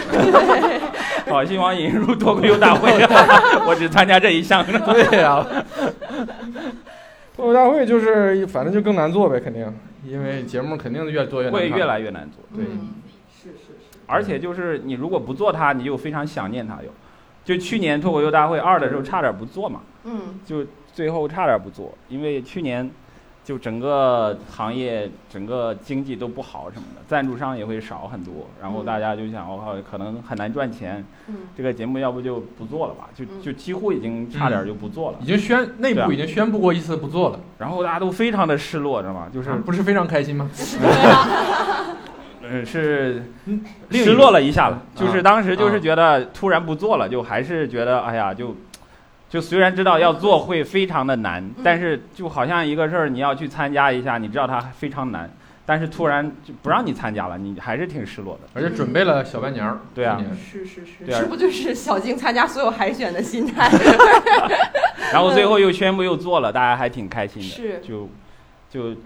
D: 好希望引入脱口秀大会，啊我只参加这一项。
E: 对啊呀、 (laughs) 脱口大会就是，反正就更难做呗，肯定，因为节目肯定越做越难
D: 会
E: 看，
D: 越来越难做，
E: 对
B: 嗯，是是是，
D: 而且就是你如果不做它，你就非常想念它。有，就去年脱口秀大会二的时候差点不做嘛，
B: 嗯
D: 就最后差点不做，因为去年就整个行业、整个经济都不好什么的，赞助商也会少很多，然后
B: 嗯
D: 大家就想，我、靠，可能很难赚钱，
B: 嗯
D: 这个节目要不就不做了吧，就
B: 嗯
D: 就几乎已经差点就不做了
E: 已，经宣内部已经宣布过一次不做了，
D: 然后大家都非常的失落，知道吗？就是
E: 是、不是非常开 (laughs) 心吗？
D: 嗯，是
E: 嗯另一
D: 失
E: 个
D: 落了一下了，就是
E: 啊
D: 当时就是
E: 啊
D: 觉得突然不做了，就还是觉得哎呀，就就虽然知道要做会非常的难，但是就好像一个事儿你要去参加一下，你知道它非常难，但是突然就不让你参加了，你还是挺失落的。
E: 而且准备了小半年儿，
D: 对啊
E: 今年
B: 是是是，
D: 对啊
B: 这不就是小静参加所有海选的心态？
D: 然后最后又宣布又做了，大家还挺开心
B: (laughs) (laughs)
D: 的，
B: 是
D: 就就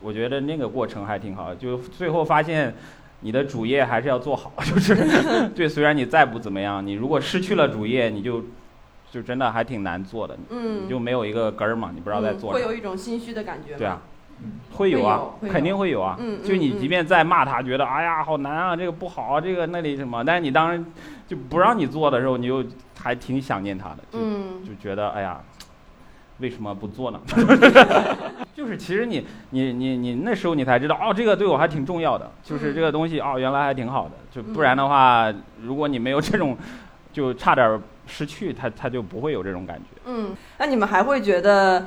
D: 我觉得那个过程还挺好，就最后发现。你的主业还是要做好， (laughs) 就是
B: (laughs)
D: 对。虽然你再不怎么样，你如果失去了主业，你就就真的还挺难做的。
B: 嗯
D: 你，就没有一个根儿嘛，你不知道在
B: 嗯
D: 做
B: 会
D: 啥
B: 有。一种心虚的感觉吗？
D: 对啊，
E: 嗯
D: 会有啊
B: 会有会，有
D: 肯定会有啊
B: 嗯。
D: 就你
B: 嗯
D: 即便再骂他，觉得哎呀好难啊，这个不好啊，这个那里什么，但是你当时就不让你做的时候，你就还挺想念他的，就
B: 嗯
D: 就觉得哎呀，为什么不做呢？ (laughs) 就是其实你你你你那时候你才知道哦，这个对我还挺重要的，就是这个东西哦，原来还挺好的。就不然的话，如果你没有这种，就差点失去，他他就不会有这种感觉。
B: 嗯，那你们还会觉得，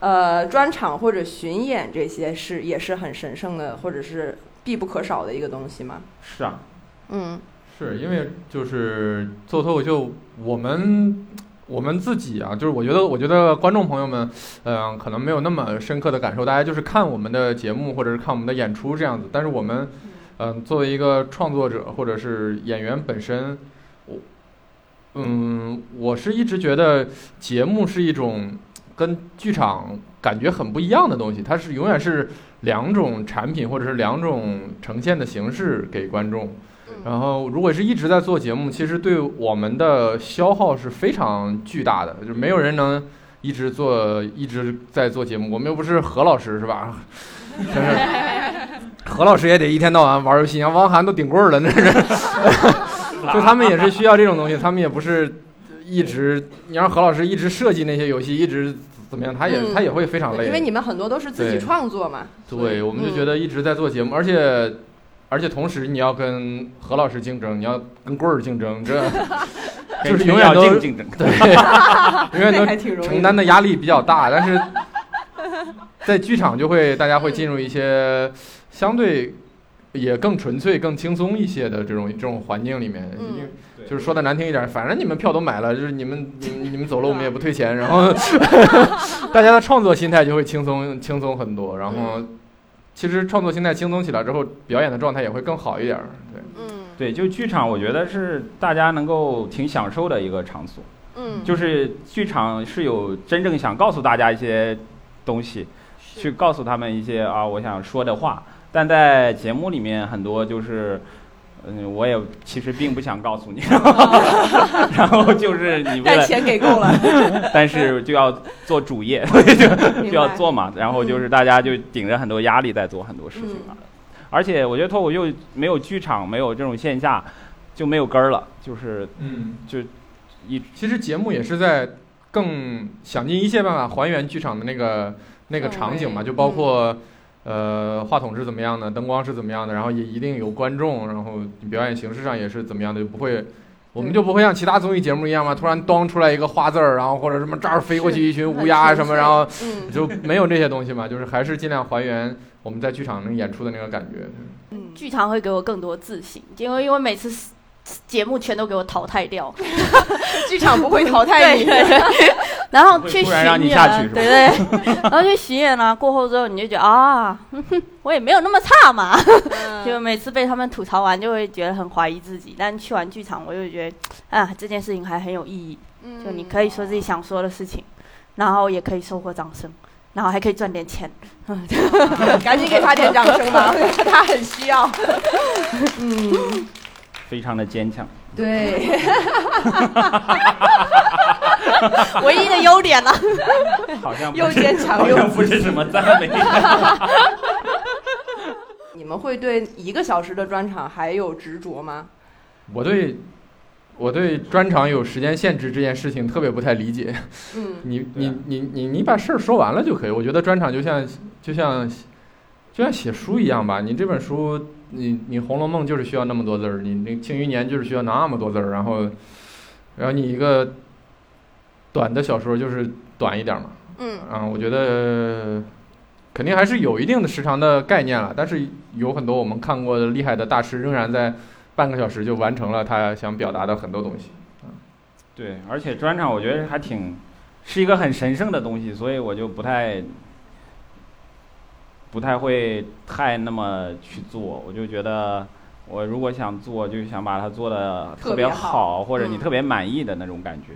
B: 呃，专场或者巡演这些是也是很神圣的，或者是必不可少的一个东西吗？
D: 是啊，
B: 嗯
E: 是因为就是做脱口秀，我们我们自己啊，就是我觉得，我觉得观众朋友们，嗯、可能没有那么深刻的感受，大家就是看我们的节目或者是看我们的演出这样子。但是我们，嗯、作为一个创作者或者是演员本身，我，嗯，我是一直觉得节目是一种跟剧场感觉很不一样的东西，它是永远是两种产品或者是两种呈现的形式给观众。
B: 嗯
E: 然后，如果是一直在做节目，其实对我们的消耗是非常巨大的，就是没有人能一直做，一直在做节目。我们又不是何老师，是吧？
B: (laughs)
E: 真是，何老师也得一天到晚玩游戏，像汪涵都顶棍儿了，那是。就他们也是需要这种东西，他们也不是一直，你让何老师一直设计那些游戏，一直怎么样，他也、
B: 嗯
E: 他也会非常累。
B: 对因为你们很多都是自己
E: 对
B: 创作嘛。所以
E: 对，我们就
B: 嗯
E: 觉得一直在做节目，而且而且同时你要跟何老师竞争，你要跟棍儿竞
B: (laughs)
E: 争，这就是
D: 跟陈
E: 永远
D: 小
E: 都
D: 静竞争。
E: 对， (laughs) 永
B: 那还
E: 远
B: 挺
E: 都
B: 容易
E: 承担的压力比较大，但是在剧场就会大家会进入一些相对也更纯粹、更轻松一些的这种这种环境里面，
B: 嗯
E: 因为
D: 对
E: 就是说的难听一点，反正你们票都买了，就是你们你们你们走了，我们也不退钱，然后大家的创作心态就会轻松轻松很多，然后其实创作心态轻松起来之后，表演的状态也会更好一点儿，对，
B: 嗯
D: 对，就剧场，我觉得是大家能够挺享受的一个场所。
B: 嗯，
D: 就是剧场是有真正想告诉大家一些东西，去告诉他们一些啊我想说的话，但在节目里面很多就是。嗯，我也其实并不想
B: (laughs)
D: 告诉你，然后就是你为
B: 但
D: 了，
B: 钱给够
D: (laughs)
B: 了，
D: 但是就要做主业，所以就
B: (laughs) 明
D: 就要
B: 白
D: 做嘛。然后就是大家就顶着很多压力在做很多事情
B: 嗯
D: 嘛。而且我觉得脱口秀没有剧场，没有这种线下，就没有根儿了，就是
E: 嗯，
D: 就一直
E: 其实节目也是在更想尽一切办法还原剧场的那个那个场景嘛，
B: 氛围嗯
E: 就包括、呃话筒是怎么样的，灯光是怎么样的，然后也一定有观众，然后表演形式上也是怎么样的，就不会。我们就不会像其他综艺节目一样嘛，突然咚出来一个花字儿，然后或者什么这儿飞过去一群乌鸦什么，然后
B: 嗯
E: 就没有这些东西嘛，就是还是尽量还原我们在剧场能演出的那个感觉。
B: 嗯，
C: 剧场会给我更多自信，因为因为每次 s- s- 节目全都给我淘汰 (laughs) 掉，
B: 剧场不会淘汰你。
C: (laughs) 对对对，然后
D: 不会
C: 去
D: 突然让你
C: 巡
D: 下去
C: 演，啊
D: 是吧
C: 对对， (laughs) 然后去巡演了、啊过后之后，你就觉得啊， (laughs) 哼哼我也没有那么差嘛，
B: 嗯
C: 就每次被他们吐槽完，就会觉得很怀疑自己，但去完剧场，我就觉得啊，这件事情还很有意义，就你可以说自己想说的事情，然后也可以收获掌声。然后还可以赚点 (laughs) 钱，
B: 嗯赶紧给他点掌声
C: (laughs)
B: 吧，他很需要。
D: 非常的坚强。
B: 对，
C: 唯一的优点了。
D: 好像不
B: 又
D: 是
B: 坚强
D: 好
B: 又
D: 像不是什么赞美。
B: 你们会对一个小时的专场还有执着吗？
E: 我对我对专场有时间限制这件事情特别不太理解。
B: 嗯
E: 你
D: 对啊
E: 你你你你把事儿说完了就可以。我觉得专场就像就像就像写书一样吧。你这本书，你你《红楼梦》就是需要那么多字儿，你那《庆余年》就是需要那么多字儿，然后然后你一个短的小说就是短一点儿嘛。
B: 嗯
E: 啊，我觉得肯定还是有一定的时长的概念了，但是有很多我们看过的厉害的大师，仍然在半个小时就完成了他想表达的很多东西。
D: 对，而且专场我觉得还挺是一个很神圣的东西，所以我就不太不太会太那么去做。我就觉得我如果想做，就想把它做的
B: 特
D: 特别
B: 别好
D: 好，或者你
B: 嗯
D: 特别满意的那种感觉，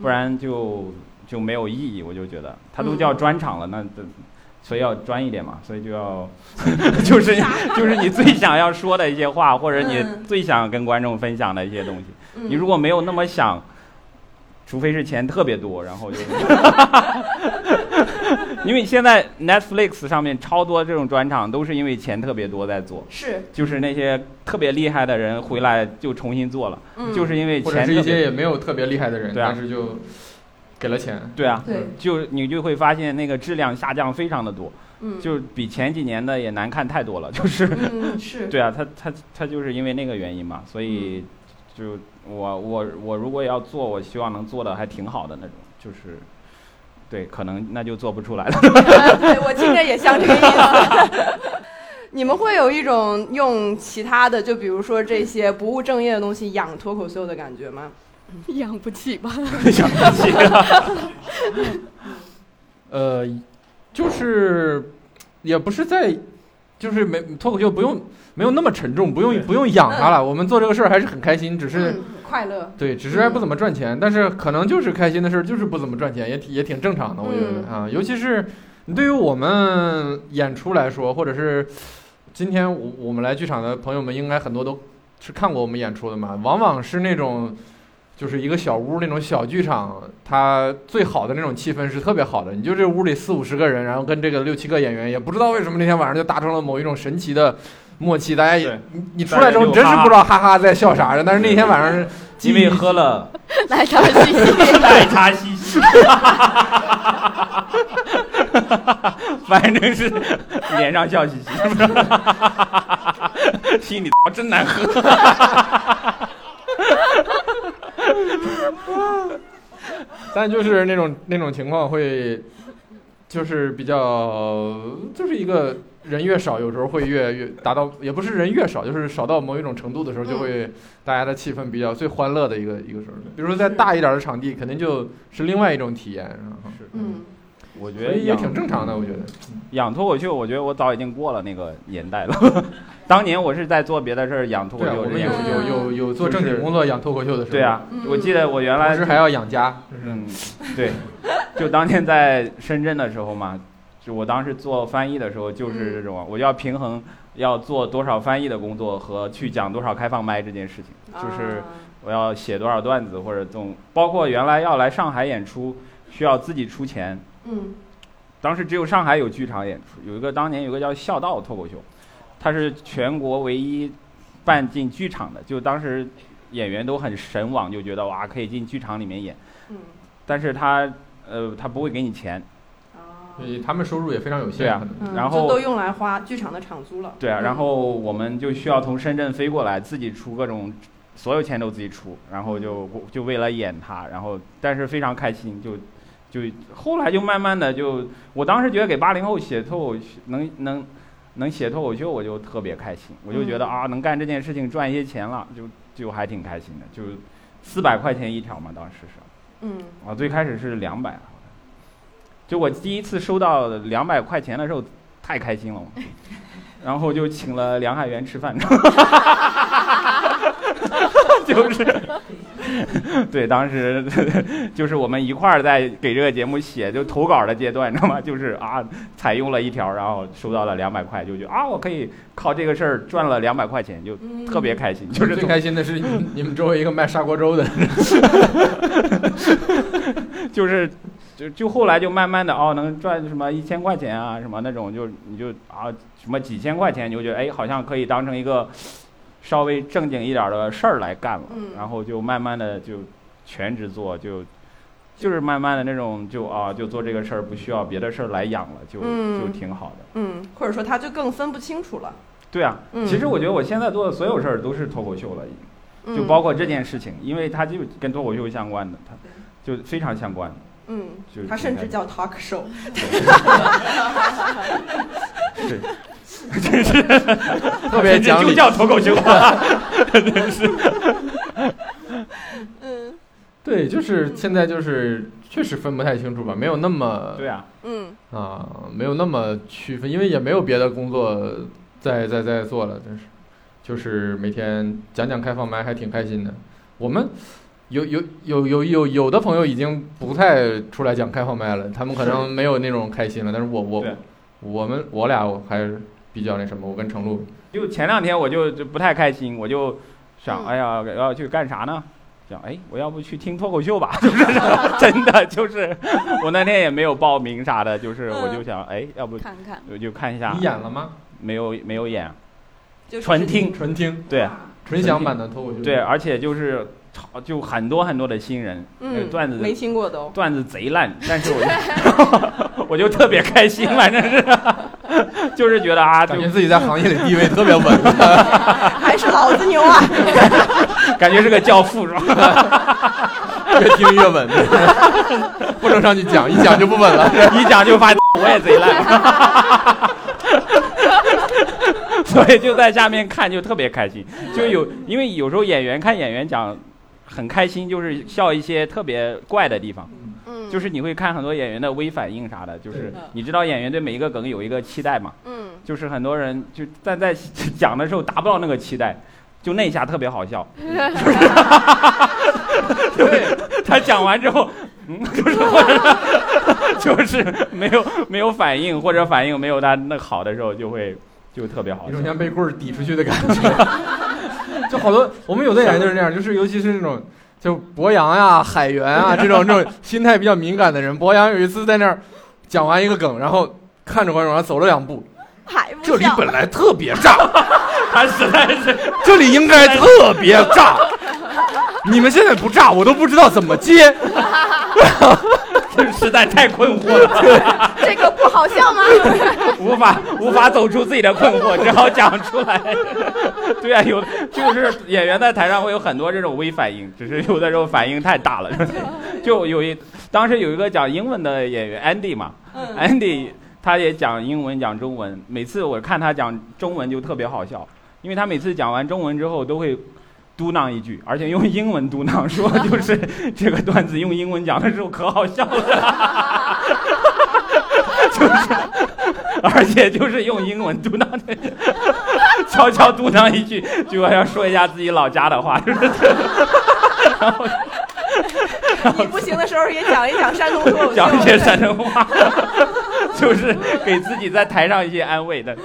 D: 不然就就没有意义。我就觉得它都
B: 嗯
D: 叫专场了，那这。所以要专一点嘛，所以就要， (laughs) 就是就是你最想要说的一些话，或者你
B: 嗯
D: 最想跟观众分享的一些东西。
B: 嗯
D: 你如果没有那么想，除非是钱特别多，然
E: (laughs)
D: 后就，因为现在 Netflix 上面超多这种专场，都是因为钱特别多在做，
B: 是，
D: 就是那些特别厉害的人回来就重新做了，
B: 嗯
D: 就是因为
E: 或者
D: 钱
E: 是一
D: 特
E: 些
D: 别
E: 也没有特别厉害的人，
D: 对啊
E: 但是就给了钱。
D: 对啊，
B: 对，
D: 就你就会发现那个质量下降非常的多，
B: 嗯
D: 就比前几年的也难看太多了，就是。
B: 嗯是，
D: (laughs) 对啊，他他他就是因为那个原因嘛，所
E: 嗯
D: 以就我我我如果要做，我希望能做的还挺好的那种，就是对，可能那就做不出来了。 (laughs)
B: 对我听着也像这个意思。你们会有一种用其他的，就比如说这些不务正业的东西养脱口秀的感觉吗？
C: 养不起吧？
D: 想
E: (laughs)
D: 不起了
E: 呃，就是也不是在，就是没脱口秀不用没有那么沉重，不用不用养它了。我们做这个事儿还是很开心，只是、
B: 嗯、快乐，
E: 对，只是还不怎么赚钱，但是可能就是开心的事儿，就是不怎么赚钱，也挺也挺正常的，我觉得、啊，尤其是你对于我们演出来说，或者是今天我我们来剧场的朋友们，应该很多都是看过我们演出的嘛，往往是那种。就是一个小屋那种小剧场，它最好的那种气氛是特别好的。你就这屋里四五十个人，然后跟这个六七个演员，也不知道为什么那天晚上就达成了某一种神奇的默契。大家也
D: 对
E: 你你出来之后，你真是不知道哈哈在笑啥的。但是那天晚上是
D: 因为喝了
C: (laughs) 来，咱们继续。
D: 奶茶西西， (laughs) 反正是脸上笑嘻 (laughs) 嘻，心里真难喝。
E: (laughs) 但就是那种那种情况会，就是比较，就是一个人越少，有时候会越越达到，也不是人越少，就是少到某一种程度的时候，就会大家的气氛比较最欢乐的一个一个时候。比如说在大一点的场地，肯定就是另外一种体验，然后
B: 嗯，
D: 我觉
E: 所
D: 得
E: 以也
D: 养
E: 挺正常的，我觉得。
D: 养脱口秀，我觉得我早已经过了那个年代了。 (laughs) 当年我是在做别的事儿养脱口
E: 对啊，
D: 秀
E: 我
D: 这
E: 们
D: 件
E: 有
D: 事情。
E: 有有有做正经工作养脱口秀的时候，
D: 对，啊，我记得我原
E: 同
D: 来
E: 时还要养家，
D: 嗯，对，就当年在深圳的时候嘛，就我当时做翻译的时候，就是这种，我要平衡要做多少翻译的工作和去讲多少开放麦这件事情，
B: 嗯啊哦
D: 就是我要写多少段子或者总，包括原来要来上海演出需要自己出钱，
B: 嗯
D: 当时只有上海有剧场演出，有一个当年有一个叫孝道脱口秀，它是全国唯一办进剧场的，就当时演员都很神往，就觉得哇可以进剧场里面演，
B: 嗯，
D: 但是他呃他不会给你钱，
B: 啊，
E: 所以他们收入也非常有
D: 对
E: 限，
D: 啊
E: 可能
B: 嗯
D: 嗯然
B: 就
D: 后
B: 都用来花剧场的场租了。嗯
D: 对啊，然后我们就需要从深圳飞过来，自己出各种，所有钱都自己出，然后就就为了演他，然后但是非常开心，就就后来就慢慢的就，我当时觉得给八零后写脱口秀能能能写脱口秀，我就特别开心，我就觉得啊能干这件事情赚一些钱了，就就还挺开心的，就四百块钱一条嘛，当时是
B: 嗯，
D: 啊，最开始是两百，啊就我第一次收到两百块钱的时候太开心了。然后就请了梁海源吃饭， (laughs) 就是， (laughs) 对，当时 (laughs) 就是我们一块儿在给这个节目写就投稿的阶段，你知道吗？就是啊，采用了一条，然后收到了两百块，就觉得啊，我可以靠这个事儿赚了两百块钱，就
B: 嗯
D: 特别开心，就是
E: 最开心的是你 (laughs) 们你们周围一个卖砂锅粥 (laughs) 的，
D: 就是就就后来就慢慢的哦，能赚什么一千块钱啊，什么那种，就你就啊什么几千块钱，你就觉得哎，好像可以当成一个稍微正经一点儿的事儿来干了，
B: 嗯
D: 然后就慢慢的就全职做，就就是慢慢的那种就啊就做这个事儿，不需要别的事儿来养了，就、
B: 嗯
D: 就挺好的。
B: 嗯，或者说他就更分不清楚了。
D: 对啊，
B: 嗯
D: 其实我觉得我现在做的所有事儿都是脱口秀了，已经。
B: 嗯
D: 就包括这件事情，因为它就跟脱口秀相关的，它就非常相关。
B: 嗯
D: 就是，
B: 他甚至叫 talk show。
D: (laughs) 是，
E: 特别讲
D: 就
E: 理。
D: 叫脱口 (laughs) 秀。
C: 嗯
E: 对，
D: 嗯
E: 就是现在就是确实分不太清楚吧，没有那么
D: 对啊，
C: 嗯，
E: 啊、没有那么区分，因为也没有别的工作在在在做了，真是，就是每天讲讲开放麦还挺开心的。我们有有有有有有的朋友已经不太出来讲开放麦了，他们可能没有那种开心了，但是我我
D: 对
E: 我们我俩我还是比较那什么，我跟程璐
D: 就前两天我就就不太开心，我就想，
C: 嗯
D: 哎呀，我要去干啥呢？想，哎，我要不去听脱口秀吧？ (laughs) 就是真的，就是我那天也没有报名啥的，就是
C: 嗯
D: 我就想，哎，要不
C: (laughs) 看看，
D: 我就看一下
E: 你，演了吗？
D: 没有没有演，
C: 嗯
B: 就是
D: 纯听，哎
E: 纯听
D: 对
E: 纯享版的脱口秀，
D: 对，啊而且就是超就很多很多的新人，那
B: 嗯，
D: 个段子
B: 没听过都。
D: 段子贼烂，但是我
C: (laughs)
D: 就我就特别开心，反正是，就是 (laughs) 觉得啊，就
E: 感觉自己在行业里地位特别稳，
B: 还是老子牛啊！
D: 感觉是个教父是吧？
E: 越听越稳， (laughs) 不能上去讲，一讲就不稳了。
D: (laughs) 一讲就发现我也贼烂， (laughs) 所以就在下面看就特别开心，就有因为有时候演员看演员讲很开心，就是笑一些特别怪的地方，
C: 嗯，
D: 就是你会看很多演员的微反应啥的，就是你知道演员对每一个梗有一个期待嘛， (laughs)
C: 嗯
D: 就是很多人就但在讲的时候达不到那个期待。就那一下特别好笑，
E: 对，
D: 他讲完之后，嗯，就是或者就是 (laughs) 没有没有反应，或者反应没有他那好的时候，就会就特别好
E: 一
D: 笑
E: 种。像被棍儿抵出去的感觉。就好多，我们有的演员就是那样，就是尤其是那种就博洋呀、海源啊这种这种心态比较敏感的人。博洋有一次在那儿讲完一个梗，然后看着观众，然后走了两步，
C: 还不
E: 这里
C: 笑
E: 本来特别 (laughs) 炸，
D: 他实在是 (laughs)
E: 这里应该特别炸，你们现在不炸，我都不知道怎么接。
D: 实在太困惑了，
C: 这个不好笑吗？
D: (laughs) 无法无法走出自己的困惑，只好讲出来。 (laughs) 对啊，有就是演员在台上会有很多这种微反应，只是有的时候反应太大了。 (laughs) 就有一当时有一个讲英文的演员 Andy 嘛，Andy 他也讲英文讲中文，每次我看他讲中文就特别好笑，因为他每次讲完中文之后都会。嘟囔一句，而且用英文嘟囔说，就是这个段子用英文讲的时候可好笑了，就是，而且就是用英文嘟囔 (laughs) 的，悄悄嘟囔一句，就要说一下自己老家的话，就是
B: 你不行的时候也讲一讲山东脱口秀。
D: 讲一些山东话， (laughs) 就是给自己在台上一些安慰的，就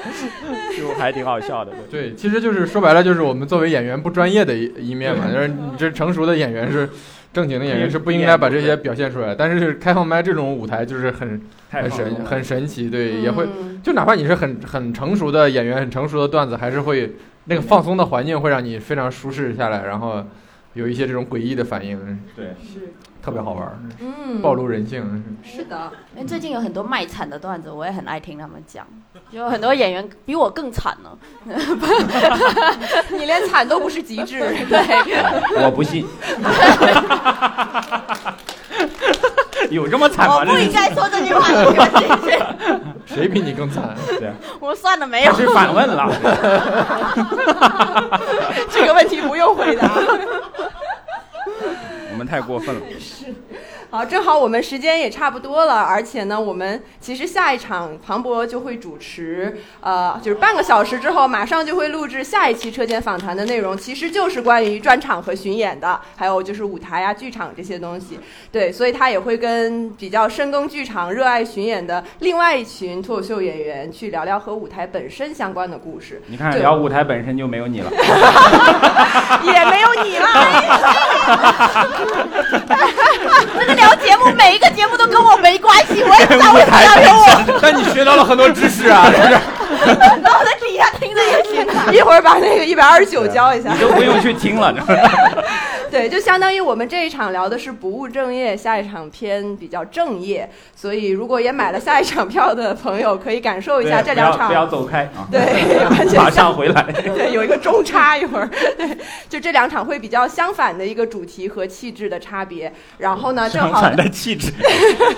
D: 还挺好笑的。对，
E: 对，其实就是说白了，就是我们作为演员不专业的一一面嘛，就是你这成熟的演员是正经的演员是不应该把这些表现出来，但是开放麦这种舞台就是很
D: 太
E: 很
D: 放松
E: 神
D: 了
E: 很神奇，对，也会
B: 嗯
E: 就哪怕你是很很成熟的演员，很成熟的段子，还是会那个放松的环境会让你非常舒适下来，然后有一些这种诡异的反应，
D: 对，
B: 是，
E: 特别好玩儿，
B: 嗯，
E: 暴露人性。
B: 是的，
C: 因哎为最近有很多卖惨的段子，我也很爱听他们讲，就很多演员比我更惨 (laughs) 呢。
B: 你连惨都不是极 (laughs) 致，
D: 我不信， (laughs) 有这么惨吗？
C: 我不应该说这句话的，对不起
E: 谁比你更惨？
D: 对，
C: (laughs) 我算了没
D: 他
C: (laughs) 有。
D: 是反问了。
B: 这个问题不用回答。
D: 我们太过分了。
B: (laughs) 好，正好我们时间也差不多了，而且呢，我们其实下一场庞博就会主持，呃，就是半个小时之后，马上就会录制下一期车间访谈的内容，其实就是关于专场和巡演的，还有就是舞台啊、剧场这些东西。对，所以他也会跟比较深耕剧场、热爱巡演的另外一群脱口秀演员去聊聊和舞台本身相关的故事，
D: 你看，
B: 对
D: 聊舞台本身就没有你了。
B: 也没有
C: (laughs)
B: 你啦。
C: 这个聊节目，每一个节目都跟我没关系， (laughs) 我也不知道为什么要有我。
E: 但你学到了很多知识啊！
C: 然后我在底下听着也行啊。
B: (laughs) 一会儿把那个一百二十九交一下。
D: 啊你都不用去听了，
B: (laughs) 对，就相当于我们这一场聊的是不务正业，下一场偏比较正业，所以如果也买了下一场票的朋友，可以感受一下这两
D: 不要不要
B: 场。 (laughs)
D: 走开啊！
B: 对，完全
D: (laughs) 马上回来。
B: 对，有一个中差一会儿， (laughs) 对，就这两场会比较相反的一个主题和气质的差别。然后呢，正
D: 相
B: 好
D: 反的气 (laughs) 质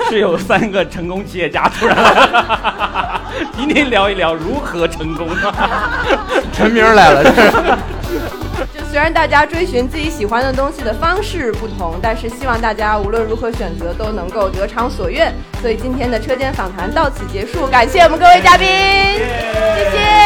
D: 是有三个成功企业家突然来。 (laughs) 今天聊一聊如何成功啊！
E: 陈明儿来了，这是
B: 就虽然大家追寻自己喜欢的东西的方式不同，但是希望大家无论如何选择都能够得偿所愿。所以今天的车间访谈到此结束，感谢我们各位嘉宾，谢谢。